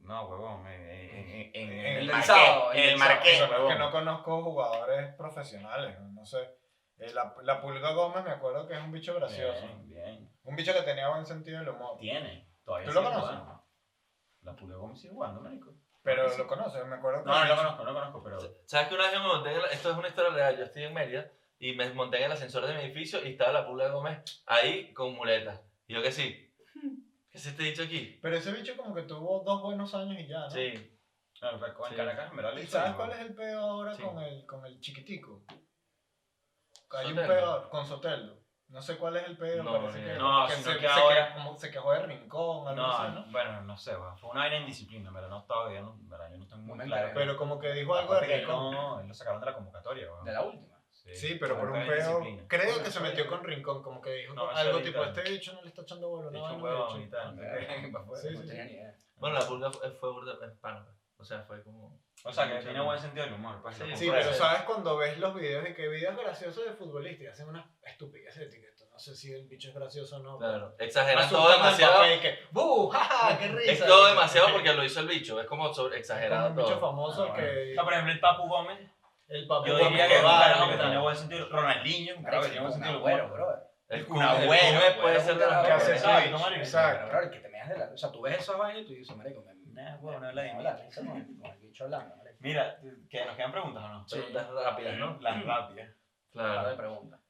A: No, huevón, eh, en, en, en, en,
C: En
A: en
C: el
A: el
D: del
A: marqués.
D: sábado,
A: En
D: en el
A: el
D: sábado.
A: marqués,
C: Eso, es que
A: huevón.
C: no conozco jugadores profesionales, no sé. Eh, La, la Pulga Gómez me acuerdo que es un bicho gracioso.
A: Bien, bien.
C: Un bicho que tenía buen sentido del humor.
A: Tiene. Todavía
C: ¿Tú lo
A: sigue
C: conoces?
A: jugando. La Pulga Gómez sigue jugando, marico.
C: Pero lo conoces, me acuerdo que...
A: No, no lo conozco, no lo conozco, pero...
F: ¿Sabes que una vez yo me monté en el- Esto es una historia real. Yo estoy en Mérida y me monté en el ascensor de mi edificio y estaba la Pulga Gómez ahí con muletas. Y yo que sí. ¿Qué se te ha dicho aquí?
C: Pero ese bicho como que tuvo dos buenos años y ya, ¿no?
F: Sí.
A: Claro, pero con
F: Sí.
A: Caracas me lo
C: ¿Y sabes cuál es el peor ahora
F: Sí.
C: con, el, con el chiquitico? Hay un
F: Soteldo.
C: peor con Soteldo. No sé cuál es el peor,
F: No,
C: parece
F: ni
C: que,
F: idea.
A: No,
C: que
A: sino
C: se,
A: que
C: se
A: ahora-
C: quejó- como se quejó de rincón, algo así,
A: No,
C: ¿no?
A: bueno, no sé, weón. fue una vaina en disciplina, pero no estaba bien, no, verdad, yo no estoy muy claro.
C: Pero como que dijo algo de
A: Aparte que
C: rincón.
A: no, él lo sacaron de la convocatoria, weón.
D: De la última.
C: Sí, pero por
A: Como
C: un
A: que en
C: peo.
A: disciplina.
C: Creo que se metió con Rincón, como que dijo
A: No, eso
C: algo
A: ahorita
C: tipo:
A: no.
C: Este bicho no le está echando bola,
A: De
C: no,
A: hecho,
C: no,
A: huevón,
C: bicho.
A: y tal. Pues,
C: Sí,
D: No
C: sí,
D: tenía ni idea.
F: Bueno, la Pulga fue, fue burda en pana. pues. O sea, fue como.
A: O sea, que tiene buen sentido del humor, pues. lo
F: Sí,
C: Sí,
A: compruebo.
C: pero
F: Puede ser.
C: sabes cuando ves los videos y que videos graciosos de futbolistas y hacen unas estupideces de etiqueta. No sé si el bicho es gracioso o no.
F: Claro.
C: pero
F: Exageran
C: asustan
F: todo
C: al
F: demasiado.
C: papel y que, "Bu, jaja, qué risa!
F: Es todo demasiado porque lo hizo el bicho. Es como sobre- exagerado
C: Un bicho
F: todo.
C: famoso
A: Ah,
C: que.
A: No, por ejemplo, el Papu Gómez.
C: El papá
A: Yo
C: Gómez
A: diría que es un
C: va,
A: carajo que
C: ¿no?
A: tiene buen sentido. Ronaldinho, un carajo que tiene buen sentido del humor.
F: El
A: Kun
F: Kun- el
A: Agüero,
F: Kun
A: Agüero,
F: puede ser de
D: un
F: las
C: Que hace
F: mejores.
A: Exacto,
C: switch,
A: marico.
C: exacto.
D: que te meas de la. O sea, tú ves esos vainas y tú dices, marico, me.
A: Nah, huevón, no habla de mí.
D: me habla, me hizo Con con el bicho hablando, marico.
A: Mira, que nos quedan preguntas o no.
D: Sí.
F: Preguntas rápidas, ¿no?
A: Las rápidas.
D: Par de
F: Claro.
D: preguntas.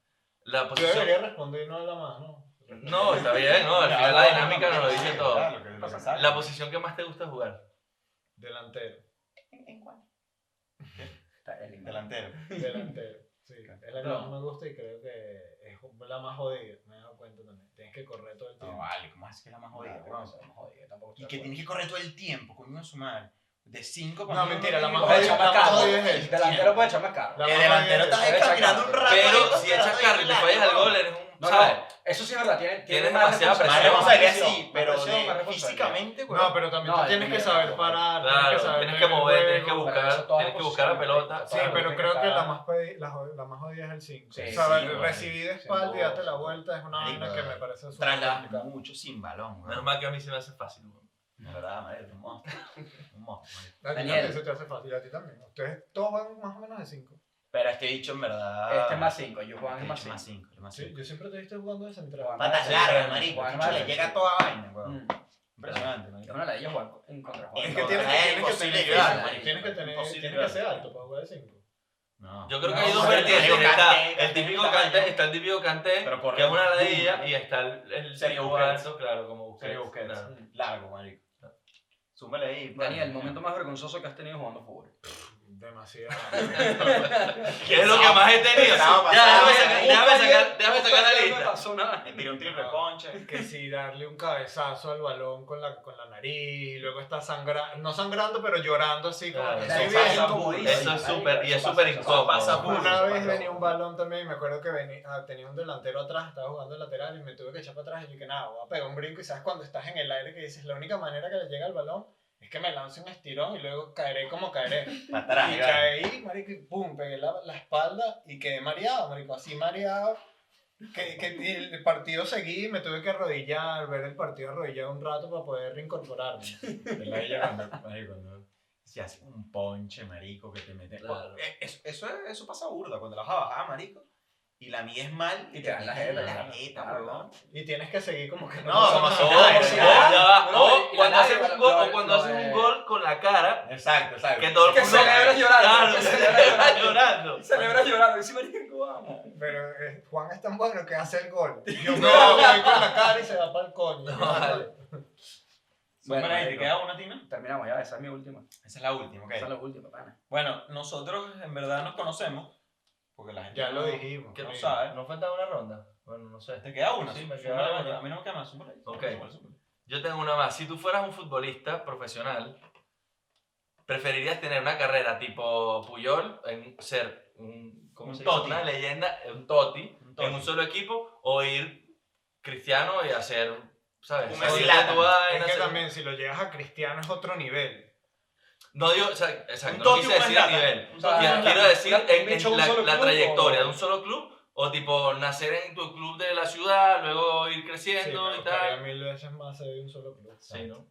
F: La
C: Yo
F: posición.
C: debería responder y no habla más, ¿no?
F: No, está bien, ¿no? Al final la dinámica nos lo dice
A: Sí,
F: todo.
A: claro, lo que- lo que sale.
F: La posición que más te gusta jugar.
C: Delantero.
D: Está el inglés.
A: Delantero.
C: Delantero. Sí, es la que
F: No.
C: más me gusta y creo que es la más jodida. Me he dado cuenta también. Tienes que correr todo el
A: No,
C: tiempo.
A: vale, ¿cómo es que es la más jodida,
D: Nah,
A: weón?
D: eso es más jodido, tampoco estoy
A: Y que
D: de acuerdo.
A: tienes que correr todo el tiempo, coño, a su madre. De 5
C: No, mentira, la más
D: Puedes
C: jodida-
D: echar
C: la
D: más
C: más
D: carro.
C: jodida es esa.
D: Delantero puede echar más carro.
C: La
A: El
C: más
A: delantero
C: jodida
A: está
C: es
A: ahí
C: esa.
A: caminando un rato.
F: Pero si echas carro y te fallas el gol, eres un.
D: No,
F: ¿Sabes?
D: no, eso sí es verdad. Tiene,
F: Tienes
D: más
F: demasiada
A: Más
F: presión,
D: más
A: responsabilidad
D: presión,
A: sí,
D: más
A: pero
D: presión,
A: de-
D: más responsabilidad.
A: físicamente, güey.
C: No, pero también
D: No,
C: tú tienes
D: el
C: que
D: primero,
C: saber
D: no.
C: parar, tienes que
F: Claro,
C: saber
F: tienes que
C: ver el
F: mover, tienes que
C: juego.
D: pero eso
F: buscar,
D: todas
F: tienes que
D: las
F: buscar la
D: posiciones,
F: pelota.
C: Sí,
D: Claro,
C: pero
D: tienes
C: creo
D: que
C: que la
D: estar-
C: más, pedi- la, jo- la más jodida es el 5.
D: Sí,
C: o
D: sí,
C: sea,
A: güey.
C: recibir de espalda y darte la vuelta es una
A: Marico,
C: vaina que me parece súper
A: Trasladas
C: complicada.
A: mucho sin balón, güey.
F: Menos mal que a mí se me hace fácil, weón.
A: De verdad, madre, es un monstruo. Un monstruo, marico.
C: A ti
D: Daniel.
C: también se te hace fácil, a ti también. Ustedes todos van más o menos de 5.
A: Pero este dicho, en verdad.
D: Este es más 5, yo
A: Este
D: Juan es
A: bicho
D: más
A: es más
D: 5.
A: 5. Más
C: Sí,
A: 5.
C: yo siempre te he visto jugando de
D: Juan.
C: central.
A: Patas
D: Sí,
A: largas,
D: sí,
A: marico.
D: Juan,
A: Chucho, le
D: sí.
A: llega toda vaina, güey.
D: Mm. Es
A: Impresionante, marico.
D: una ladilla jugar en contra Juan.
C: Es que
A: No,
C: tienes,
A: es
C: que- tienes que
A: imposible
C: tener,
A: llegar,
C: tienes que,
A: marico,
C: tener,
A: imposible
C: tienes que ser
A: llegar.
C: alto para jugar de 5.
A: No.
F: Yo creo que
D: No,
F: hay dos
D: no,
F: vertientes.
A: no, no,
F: Está
A: no,
F: el típico
A: no, no, no,
F: canté, está el típico canté,
A: Pero corre.
F: que es una ladilla, y está el, el
A: Serio
F: tipo
A: Busquets.
F: alto, claro, como Busquets.
A: Serio Busquets.
F: Claro.
A: Largo, marico. Súmale ahí. pues.
D: Daniel, el momento más vergonzoso que has tenido jugando fútbol.
C: Demasiado.
F: ¿Qué es lo que más he tenido?
A: Sábado
F: Ya,
A: pasado,
F: déjame sacar,
A: marico.
F: déjame sacar, déjame sacar la
D: No me
F: lista.
D: pasó nada.
A: Me tiré un triple concha.
C: que si darle un cabezazo al balón con la, con la nariz, y luego está sangrando, no sangrando, pero llorando así como
F: Claro,
C: que
A: eso
C: estoy
A: pasa
C: bien.
A: mucho.
F: Eso es súper, y es súper incómodo.
A: pasa
C: Una
A: mucho.
C: vez venía un balón también y me acuerdo que venía, ah, tenía un delantero atrás, estaba jugando de lateral y me tuve que echar para atrás y yo que nada, voy a pegar un brinco y sabes cuando estás en el aire que dices la única manera que le llega el balón es que me lance un estirón y luego caeré como caeré.
A: Para atrás,
C: y
A: Iván.
C: caí, marico, y pum, pegué la, la espalda y quedé mareado, marico, así mareado. Que, que el partido seguí, me tuve que arrodillar, ver el partido arrodillado un rato para poder reincorporarme.
A: De la ella cuando, marico, cuando se hace un ponche, marico, que te mete.
F: Claro.
A: O- eh, Eso, eso, es- eso pasa burda, cuando la vas a bajar, marico, y la mía es mal,
D: Y
A: y
D: te
A: te
D: dan la
A: meten
D: jeta,
A: la
D: claro.
A: jeta,
D: Claro,
A: huevón.
C: Y tienes que seguir como que
A: No,
C: pasó
A: como
C: nada.
A: si nada, sí,
F: O, o ya va,
D: ya va.
F: o
D: Y la
F: cuando haces
D: lágrima,
F: un gol,
D: lo-
F: o cuando
D: lo-
F: haces un
D: eh.
F: gol con la cara,
A: Exacto, exacto.
F: que todo el
D: Que
F: mundo.
D: celebras llorando,
F: Claro,
D: que
F: se
D: celebras
F: celebra
D: llorando.
F: llorando.
D: Celebra llorando, ese marico, vamos.
C: Pero eh, Juan es tan bueno que hace el gol. Yo
F: No.
C: me voy con la cara y se va para el coño.
F: No, vale.
A: Bueno,
D: Bueno,
A: ahí, ¿te
D: marico.
A: queda una, Tina?
D: Terminamos ya, esa es mi última.
A: Esa es la última, ok.
D: Esa es la última, pana.
A: Bueno, nosotros en verdad nos conocemos, porque la gente
C: Ya lo
A: no-
C: dijimos.
A: Que no
C: marico.
A: sabe.
F: ¿No falta una ronda? Bueno, no sé.
A: ¿Te queda una?
F: Sí, me queda
A: Súmale,
F: una.
A: coño, A mí no me queda más, súmale.
F: Ok.
A: súmale, súmale.
F: Yo tengo una más. Si tú fueras un futbolista profesional, ¿preferirías tener una carrera tipo Puyol, en ser un, ¿cómo
A: Un
F: se dice?
A: toti.
F: una leyenda, eh, un toti,
A: Un
F: en
A: toque.
F: un solo equipo, o ir cristiano y hacer, ¿sabes?
A: Un
F: Salir de tu
A: Zlatan.
F: vaina,
C: Es que
F: hacer-
C: también si lo llegas a Cristiano es otro nivel.
F: No digo, o sea, exacto,
A: Un
F: no
A: toque,
F: quise decir el
A: Zlatan.
F: nivel.
A: Un
D: Ah,
A: toque,
F: Quiero-
A: un
D: Zlatan.
F: Quiero decir
D: Una- un
F: en- en
D: bicho, un
F: la,
D: solo
F: la
D: club,
F: trayectoria
D: o-
F: de un solo club, o tipo nacer en tu club de la ciudad, luego ir
C: Sí,
F: creciendo
C: me
F: y
C: gustaría
F: tal.
C: mil veces más ser de un solo club.
F: Sí, ¿no?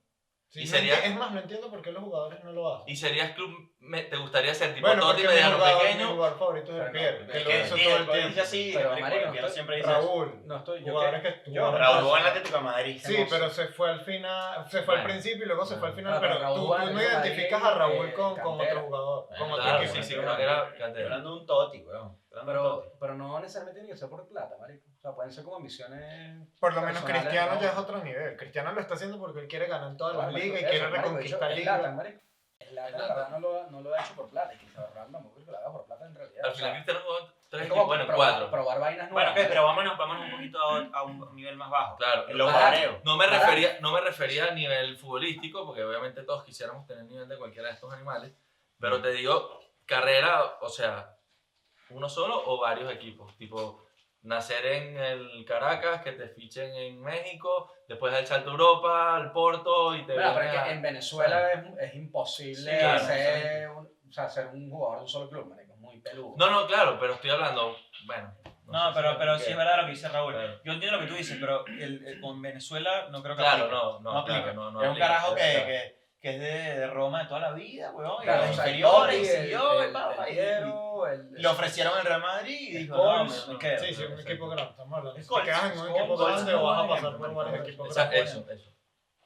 C: Sí,
F: Y
C: no
F: sería-
C: enti- Es más, no entiendo por qué los jugadores no lo hacen.
F: ¿Y serías club, me- te gustaría ser tipo
C: bueno,
F: Totti
C: porque mi
F: mediano
C: jugador, mi
F: pequeño?
C: jugador favorito es el
D: Pero no,
C: Pierre, que
D: es
A: Es
C: lo
A: que
C: hizo
A: sí,
C: todo
A: el
C: el
A: Piero
C: tiempo.
A: dice así,
D: Pero,
A: marico,
D: marico,
A: el Piero
D: no-
A: siempre dice eso.
C: Raúl,
D: No estoy, yo
C: jugadores
D: que...
C: que
D: yo-
C: estuvieron.
A: Raúl jugó en la Atlético de Madrid.
C: Sí, pero se fue al final, se fue
F: Bueno.
C: al principio y luego se fue al final,
D: Claro,
C: pero
D: Raúl
C: tú,
D: jugaba
C: tú
D: en
C: no
D: el Madrid,
C: identificas a Raúl
D: eh,
C: con, con
D: cantera.
C: otro jugador,
A: Bueno,
C: con otro
F: Claro,
C: equipo.
F: sí, sí,
A: Pero-
F: una que era
A: Estoy
F: cantera.
A: hablando de un toti, weón. Estoy hablando de un toti.
D: Pero, pero no necesariamente tiene que ser por plata, marico. O sea, pueden ser como ambiciones...
C: Por lo menos
D: personales,
C: Cristiano
D: ¿no?
C: ya es otro nivel. Cristiano lo está haciendo porque él quiere ganar en todas las
D: Claro,
C: ligas y
D: marico,
C: quiere
D: eso, marico,
C: reconquistar
D: eso, Zlatan,
C: ligas.
D: marico. Zlatan,
F: Zlatan.
D: la verdad, no lo, no lo ha hecho por plata. Y Cristiano Ronaldo tampoco creo que lo haga por plata en realidad.
F: Al
D: o sea,
F: final Cristiano jugó tres
D: es
F: equipos,
D: como
F: bueno,
D: probar,
F: cuatro.
D: probar vainas
A: Bueno,
D: nuevas.
A: ok, pero vámonos, vámonos un poquito a, a un nivel más bajo.
F: Claro.
A: Lo
F: Ah,
A: barreo.
F: no me
D: Pará.
F: refería, no me refería a nivel futbolístico, porque obviamente todos quisiéramos tener nivel de cualquiera de estos animales,
D: Mm.
F: pero te digo, carrera, o sea, uno solo o varios equipos, tipo nacer en el Caracas, que te fichen en México, después el salto a Europa, al Porto y te
D: Bueno, pero
F: vienes
D: es que
F: a-
D: en Venezuela es, es imposible
F: Sí, claro,
D: ser, un, o sea, ser un jugador de un solo club, marico, es muy peludo.
F: No, no, claro, pero estoy hablando, bueno.
A: No,
F: sé si
A: pero, pero
F: me
A: sí
F: expliqué.
A: es verdad lo que dice Raúl.
F: Claro.
A: Yo entiendo lo que tú dices, pero el, el- con Venezuela no creo que
F: Claro,
A: aplique.
F: no, no,
A: No aplica.
F: claro, no, no
A: es un
F: aplica.
A: carajo que,
F: Claro.
A: que, que es de, de Roma de toda la vida, weón.
D: Claro,
A: y
D: o
A: los
D: sea, el
A: inferiores, y
D: Totti,
A: siguió,
D: el-
A: y pa, pa, y-
D: el Caballero, el-
A: y Le ofrecieron el Real Madrid y dijo, no,
F: Scholes,
A: me, me quedo.
C: Sí, sí, un
F: Exacto.
C: equipo grande. Estamos hablando. Si
A: Scholes,
C: te quedas en un
A: Scholes,
C: equipo
A: Scholes,
C: grande, vas a
A: Scholes,
C: pasar por
A: Scholes,
C: varios
A: Scholes,
C: equipos
F: Esa-
A: Exacto.
C: grandes.
F: eso, eso.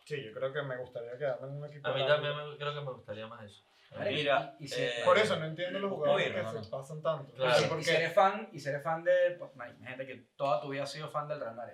C: Sí, yo creo que me gustaría quedarme en un equipo.
F: A mí
C: grande.
F: también me- creo que me gustaría más eso.
A: Mira,
D: y, y si-
F: eh,
C: Por eso no entiendo los jugadores
A: Oye,
C: que
A: no,
C: se pasan tanto.
F: Claro.
C: No sé por
D: y
C: qué.
D: seré fan, y seré fan de. pues, man, Imagínate que toda tu vida has sido fan del Real Madrid.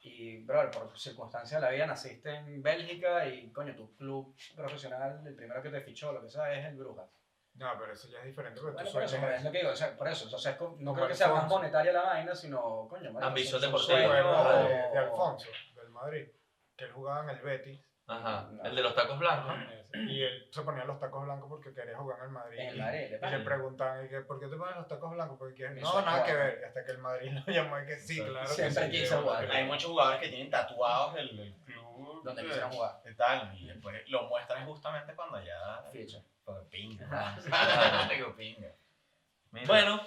D: Y, brother, por circunstancias de la vida naciste en Bélgica y, coño, tu club profesional, el primero que te fichó, lo que sea, es el Brujas.
C: No, pero eso ya es diferente porque
D: Bueno,
C: tú
D: por eso,
C: sueñas.
D: es lo que digo, o sea, por eso. O sea, es como- no
C: Como
D: creo que sea más
C: Alfonso.
D: monetaria la vaina, sino, coño, marico,
F: Ambición
D: son- son
C: Sí,
F: deportiva,
D: sueños,
C: bueno,
F: ¿no?
C: de,
D: o-
C: de Alfonso, del Madrid, que él jugaba en el Betis.
F: Ajá.
D: No.
F: El de los tacos blancos.
C: Y él se ponía los tacos blancos porque quería jugar en el Madrid.
D: En el Madrid, de
C: Y
D: pana.
C: le preguntaban, y que, ¿por qué te pones los tacos blancos? Porque quieres-
D: Eso
C: No,
D: es
C: nada que
D: jugar.
C: ver. Y hasta que el Madrid lo llamó y que sí,
F: Exacto.
C: claro
D: Siempre
C: que sí.
D: quiso
C: yo-
D: jugar.
A: Hay muchos jugadores que tienen tatuados el, el club.
D: Donde
A: de-
D: quisieran jugar.
A: de tal, y después lo muestran justamente cuando ya.
D: Ficha.
A: Cuando Pues pinga.
D: Ajá.
A: ¿no? Cuando pinga. Ah, Mira.
F: Bueno,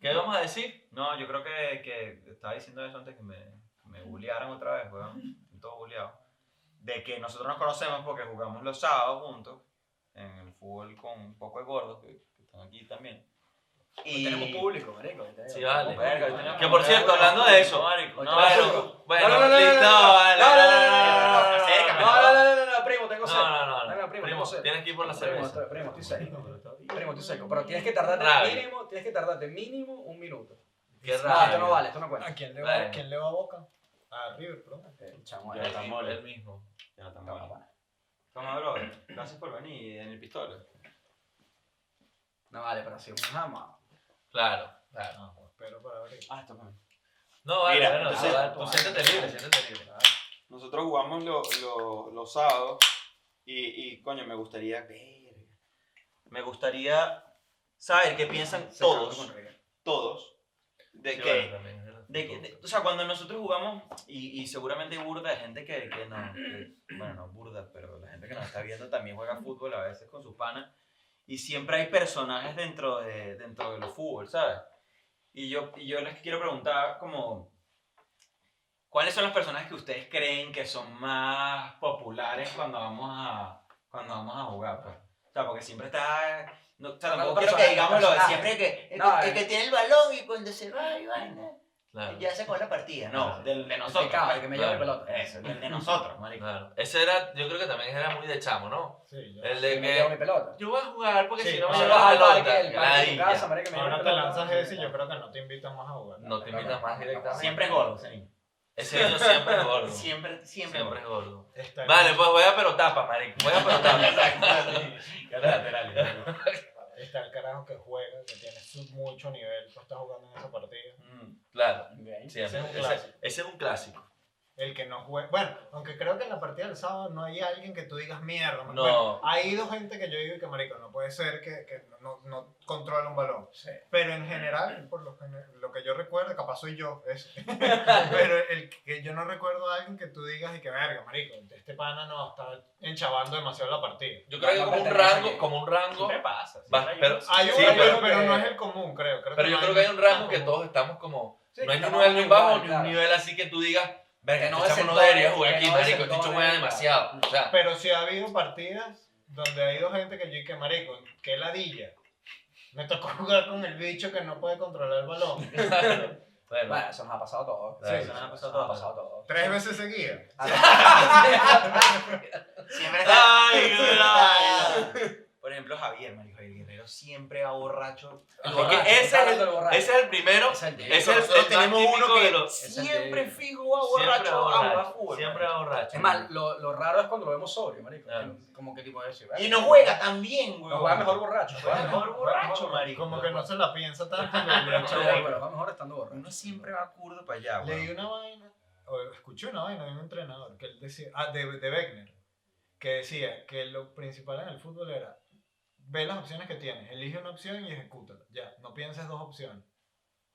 F: ¿qué vamos a decir?
A: No, yo creo que, que estaba diciendo eso antes que me, que me bullearan otra vez, weón. Estoy todo bulleado. De que nosotros nos conocemos porque jugamos los sábados juntos en el fútbol con un poco de gordos que, que están aquí también.
D: Hoy
A: Y
D: Tenemos público, marico. te digo.
F: Sí, vale.
A: Verga, hoy tenemos-
F: Que por cierto, hablando de eso.
A: Marico,
F: No,
A: no,
F: bueno, bueno,
D: No, no, no, no, no,
F: listo,
D: no,
F: vale.
D: no, no, no, no,
A: no, no, no,
F: Acércame,
A: no,
D: No, no, no, no, no, no, primo, tengo sed.
F: No, no, no, no.
D: Venga, primo,
F: Primo,
D: no sé.
F: tienes que ir por la
D: Primo,
F: cerveza.
D: estoy- primo, estoy seco. Primo, estoy seco. Pero tienes que tardarte
F: Rabia.
D: mínimo, tienes que tardarte mínimo un minuto.
F: Qué
D: No, esto no
F: raro.
D: vale, esto no
C: ¿A
D: cuenta.
C: quién le va,
F: Bueno.
C: quién le va a Boca? A River, perdón.
D: El chamo
A: Ya,
D: es-
A: está.
F: El mismo.
A: Ya estamos
D: Toma,
A: hablando.
D: pana.
A: Toma, bro. Gracias por venir en el pistola.
D: No vale, pero si es un jama.
F: Claro, claro.
C: Espero para abrir.
A: Ah, esto para mí.
F: No, vale,
A: Mira,
F: bueno,
A: entonces-
F: tú- tú siéntete libre, siéntete libre.
A: Nosotros jugamos lo- lo- los sábados y, y, coño, me gustaría. verga. Me gustaría saber qué piensan
D: Se cagó
A: todos,
D: con River.
A: todos, de
F: Sí,
A: que.
F: vale, también.
A: de que- de- o sea, cuando nosotros jugamos, y, y seguramente hay burda de gente que, que no, que- bueno, no burda, pero la gente que nos está viendo también juega fútbol a veces con sus panas, y siempre hay personajes dentro de, dentro de los fútbol, ¿sabes? Y yo, y yo les quiero preguntar como, ¿cuáles son los personajes que ustedes creen que son más populares cuando vamos a, cuando vamos a jugar? Pues? O sea, porque siempre está... No, o sea,
D: Hablando
A: tampoco quiero que digamos
D: personajes,
A: lo de siempre
D: personajes.
A: que el,
D: No,
A: que,
D: eh.
A: el que tiene el balón y cuando se va y vaina.
F: Claro,
A: Ya se acabó la partida. No, del de
D: El que
A: nosotros.
D: caga, el que me lleva el
F: Claro.
D: pelota.
A: Eso, del de nosotros, marico.
F: claro. Ese era, yo creo que también era muy de chamo, ¿no?
C: Sí, ya.
F: El
D: Que
F: de
D: me lleva mi
F: que
D: pelota.
F: yo voy a jugar porque
C: Sí,
F: si no me
C: ahora
F: llevas a
D: al
F: Londres.
D: parque, el parque de tu casa, marico, me lleva
C: Ahora
D: mi
C: te
D: pelota.
C: lanzas ese y yo creo que no te invitan más a jugar.
F: No te invitas más directamente.
A: Siempre es gordo, ese niño.
F: Ese niño siempre es gordo. Siempre,
A: Siempre, siempre es
F: es
A: gordo.
F: gordo.
C: Está
F: Vale,
C: bien.
F: pues voy a pero tapa, marico. Voy a pero tapa.
A: Cara lateral. ¿no?
C: Está el carajo que juega, que tiene su- mucho nivel, pues está jugando en esa partida.
A: Mm.
F: Claro.
D: Ok.
F: Sí,
C: Ese
F: ese,
C: es un
F: ese-
C: clásico.
F: ese es un clásico.
C: El que no juega. Bueno, aunque creo que en la partida del sábado no hay alguien que tú digas mierda.
F: No.
C: Bueno, ha ido gente que yo digo que marico, no puede ser que, que no, no, no controla un balón.
D: Sí.
C: Pero en general, por lo, gene- lo que yo recuerdo, capaz soy yo, es, pero el que yo no recuerdo a alguien que tú digas y que verga, marico, este pana no está enchabando demasiado la partida.
F: Yo creo que
D: No, no
F: como un
D: pertenece
F: rango,
D: aquí.
F: como un rango.
A: Siempre pasa.
F: va-
A: siempre hay
F: pero,
A: un-
C: Hay
F: sí,
C: uno,
F: pero,
C: pero,
D: que-
C: pero no es el común, creo. creo
F: pero yo creo que hay un rango que todos estamos como.
D: Sí,
F: No hay ni
D: que
F: un
D: no
F: nivel
D: es
F: muy
D: igual,
F: bajo ni un
D: claro.
F: nivel así que tú digas, verga,
D: Que no
F: este chamo no
D: desentone,
F: debería jugar
D: que
F: aquí,
D: no
F: marico. Este chamo
D: desentone,
F: juega
D: claro.
F: demasiado. O sea,
C: Pero sí ha habido partidas donde ha ido gente que yo dije, marico, qué ladilla. Me tocó jugar con el bicho que no puede controlar el balón.
F: bueno.
D: Bueno, eso nos ha pasado a todos. Ah,
F: Sí,
A: eso nos ha pasado a
D: Eso
A: todos.
D: ha pasado a todos.
C: Tres veces seguidas.
A: Siempre está.
F: Ay, mira.
A: Por ejemplo, Javier, marico. Javier Guerrero siempre va borracho.
F: Es
D: borracho,
F: que ese es el-
D: hablando del borracho.
F: ese es el primero.
D: Es el de-
F: Ese es el
A: Nosotros
F: más
A: tenemos uno
F: típico de
A: que
F: los-
A: siempre
D: Ese
A: fijo va
F: Siempre
A: borracho a
F: borracho,
A: jugar fútbol.
F: Siempre
A: marico.
F: borracho.
D: Es más, lo, lo raro es cuando lo vemos sobrio, marico.
F: Claro.
D: Como que tipo de decir,
A: Y no juega tan bien, güey.
D: No juega mejor borracho.
A: Juega mejor borracho, marico.
C: Como que no se la piensa tanto. le dio
D: Sí,
C: chavo.
D: pero va mejor estando borracho.
A: Uno siempre va curdo para allá,
C: Leí
A: güey.
C: una vaina, o escuché una vaina de un entrenador que él decía, ah, de, de Beckner, que decía que lo principal en el fútbol era ve las opciones que tienes, elige una opción y ejecútala. Ya, no pienses dos opciones.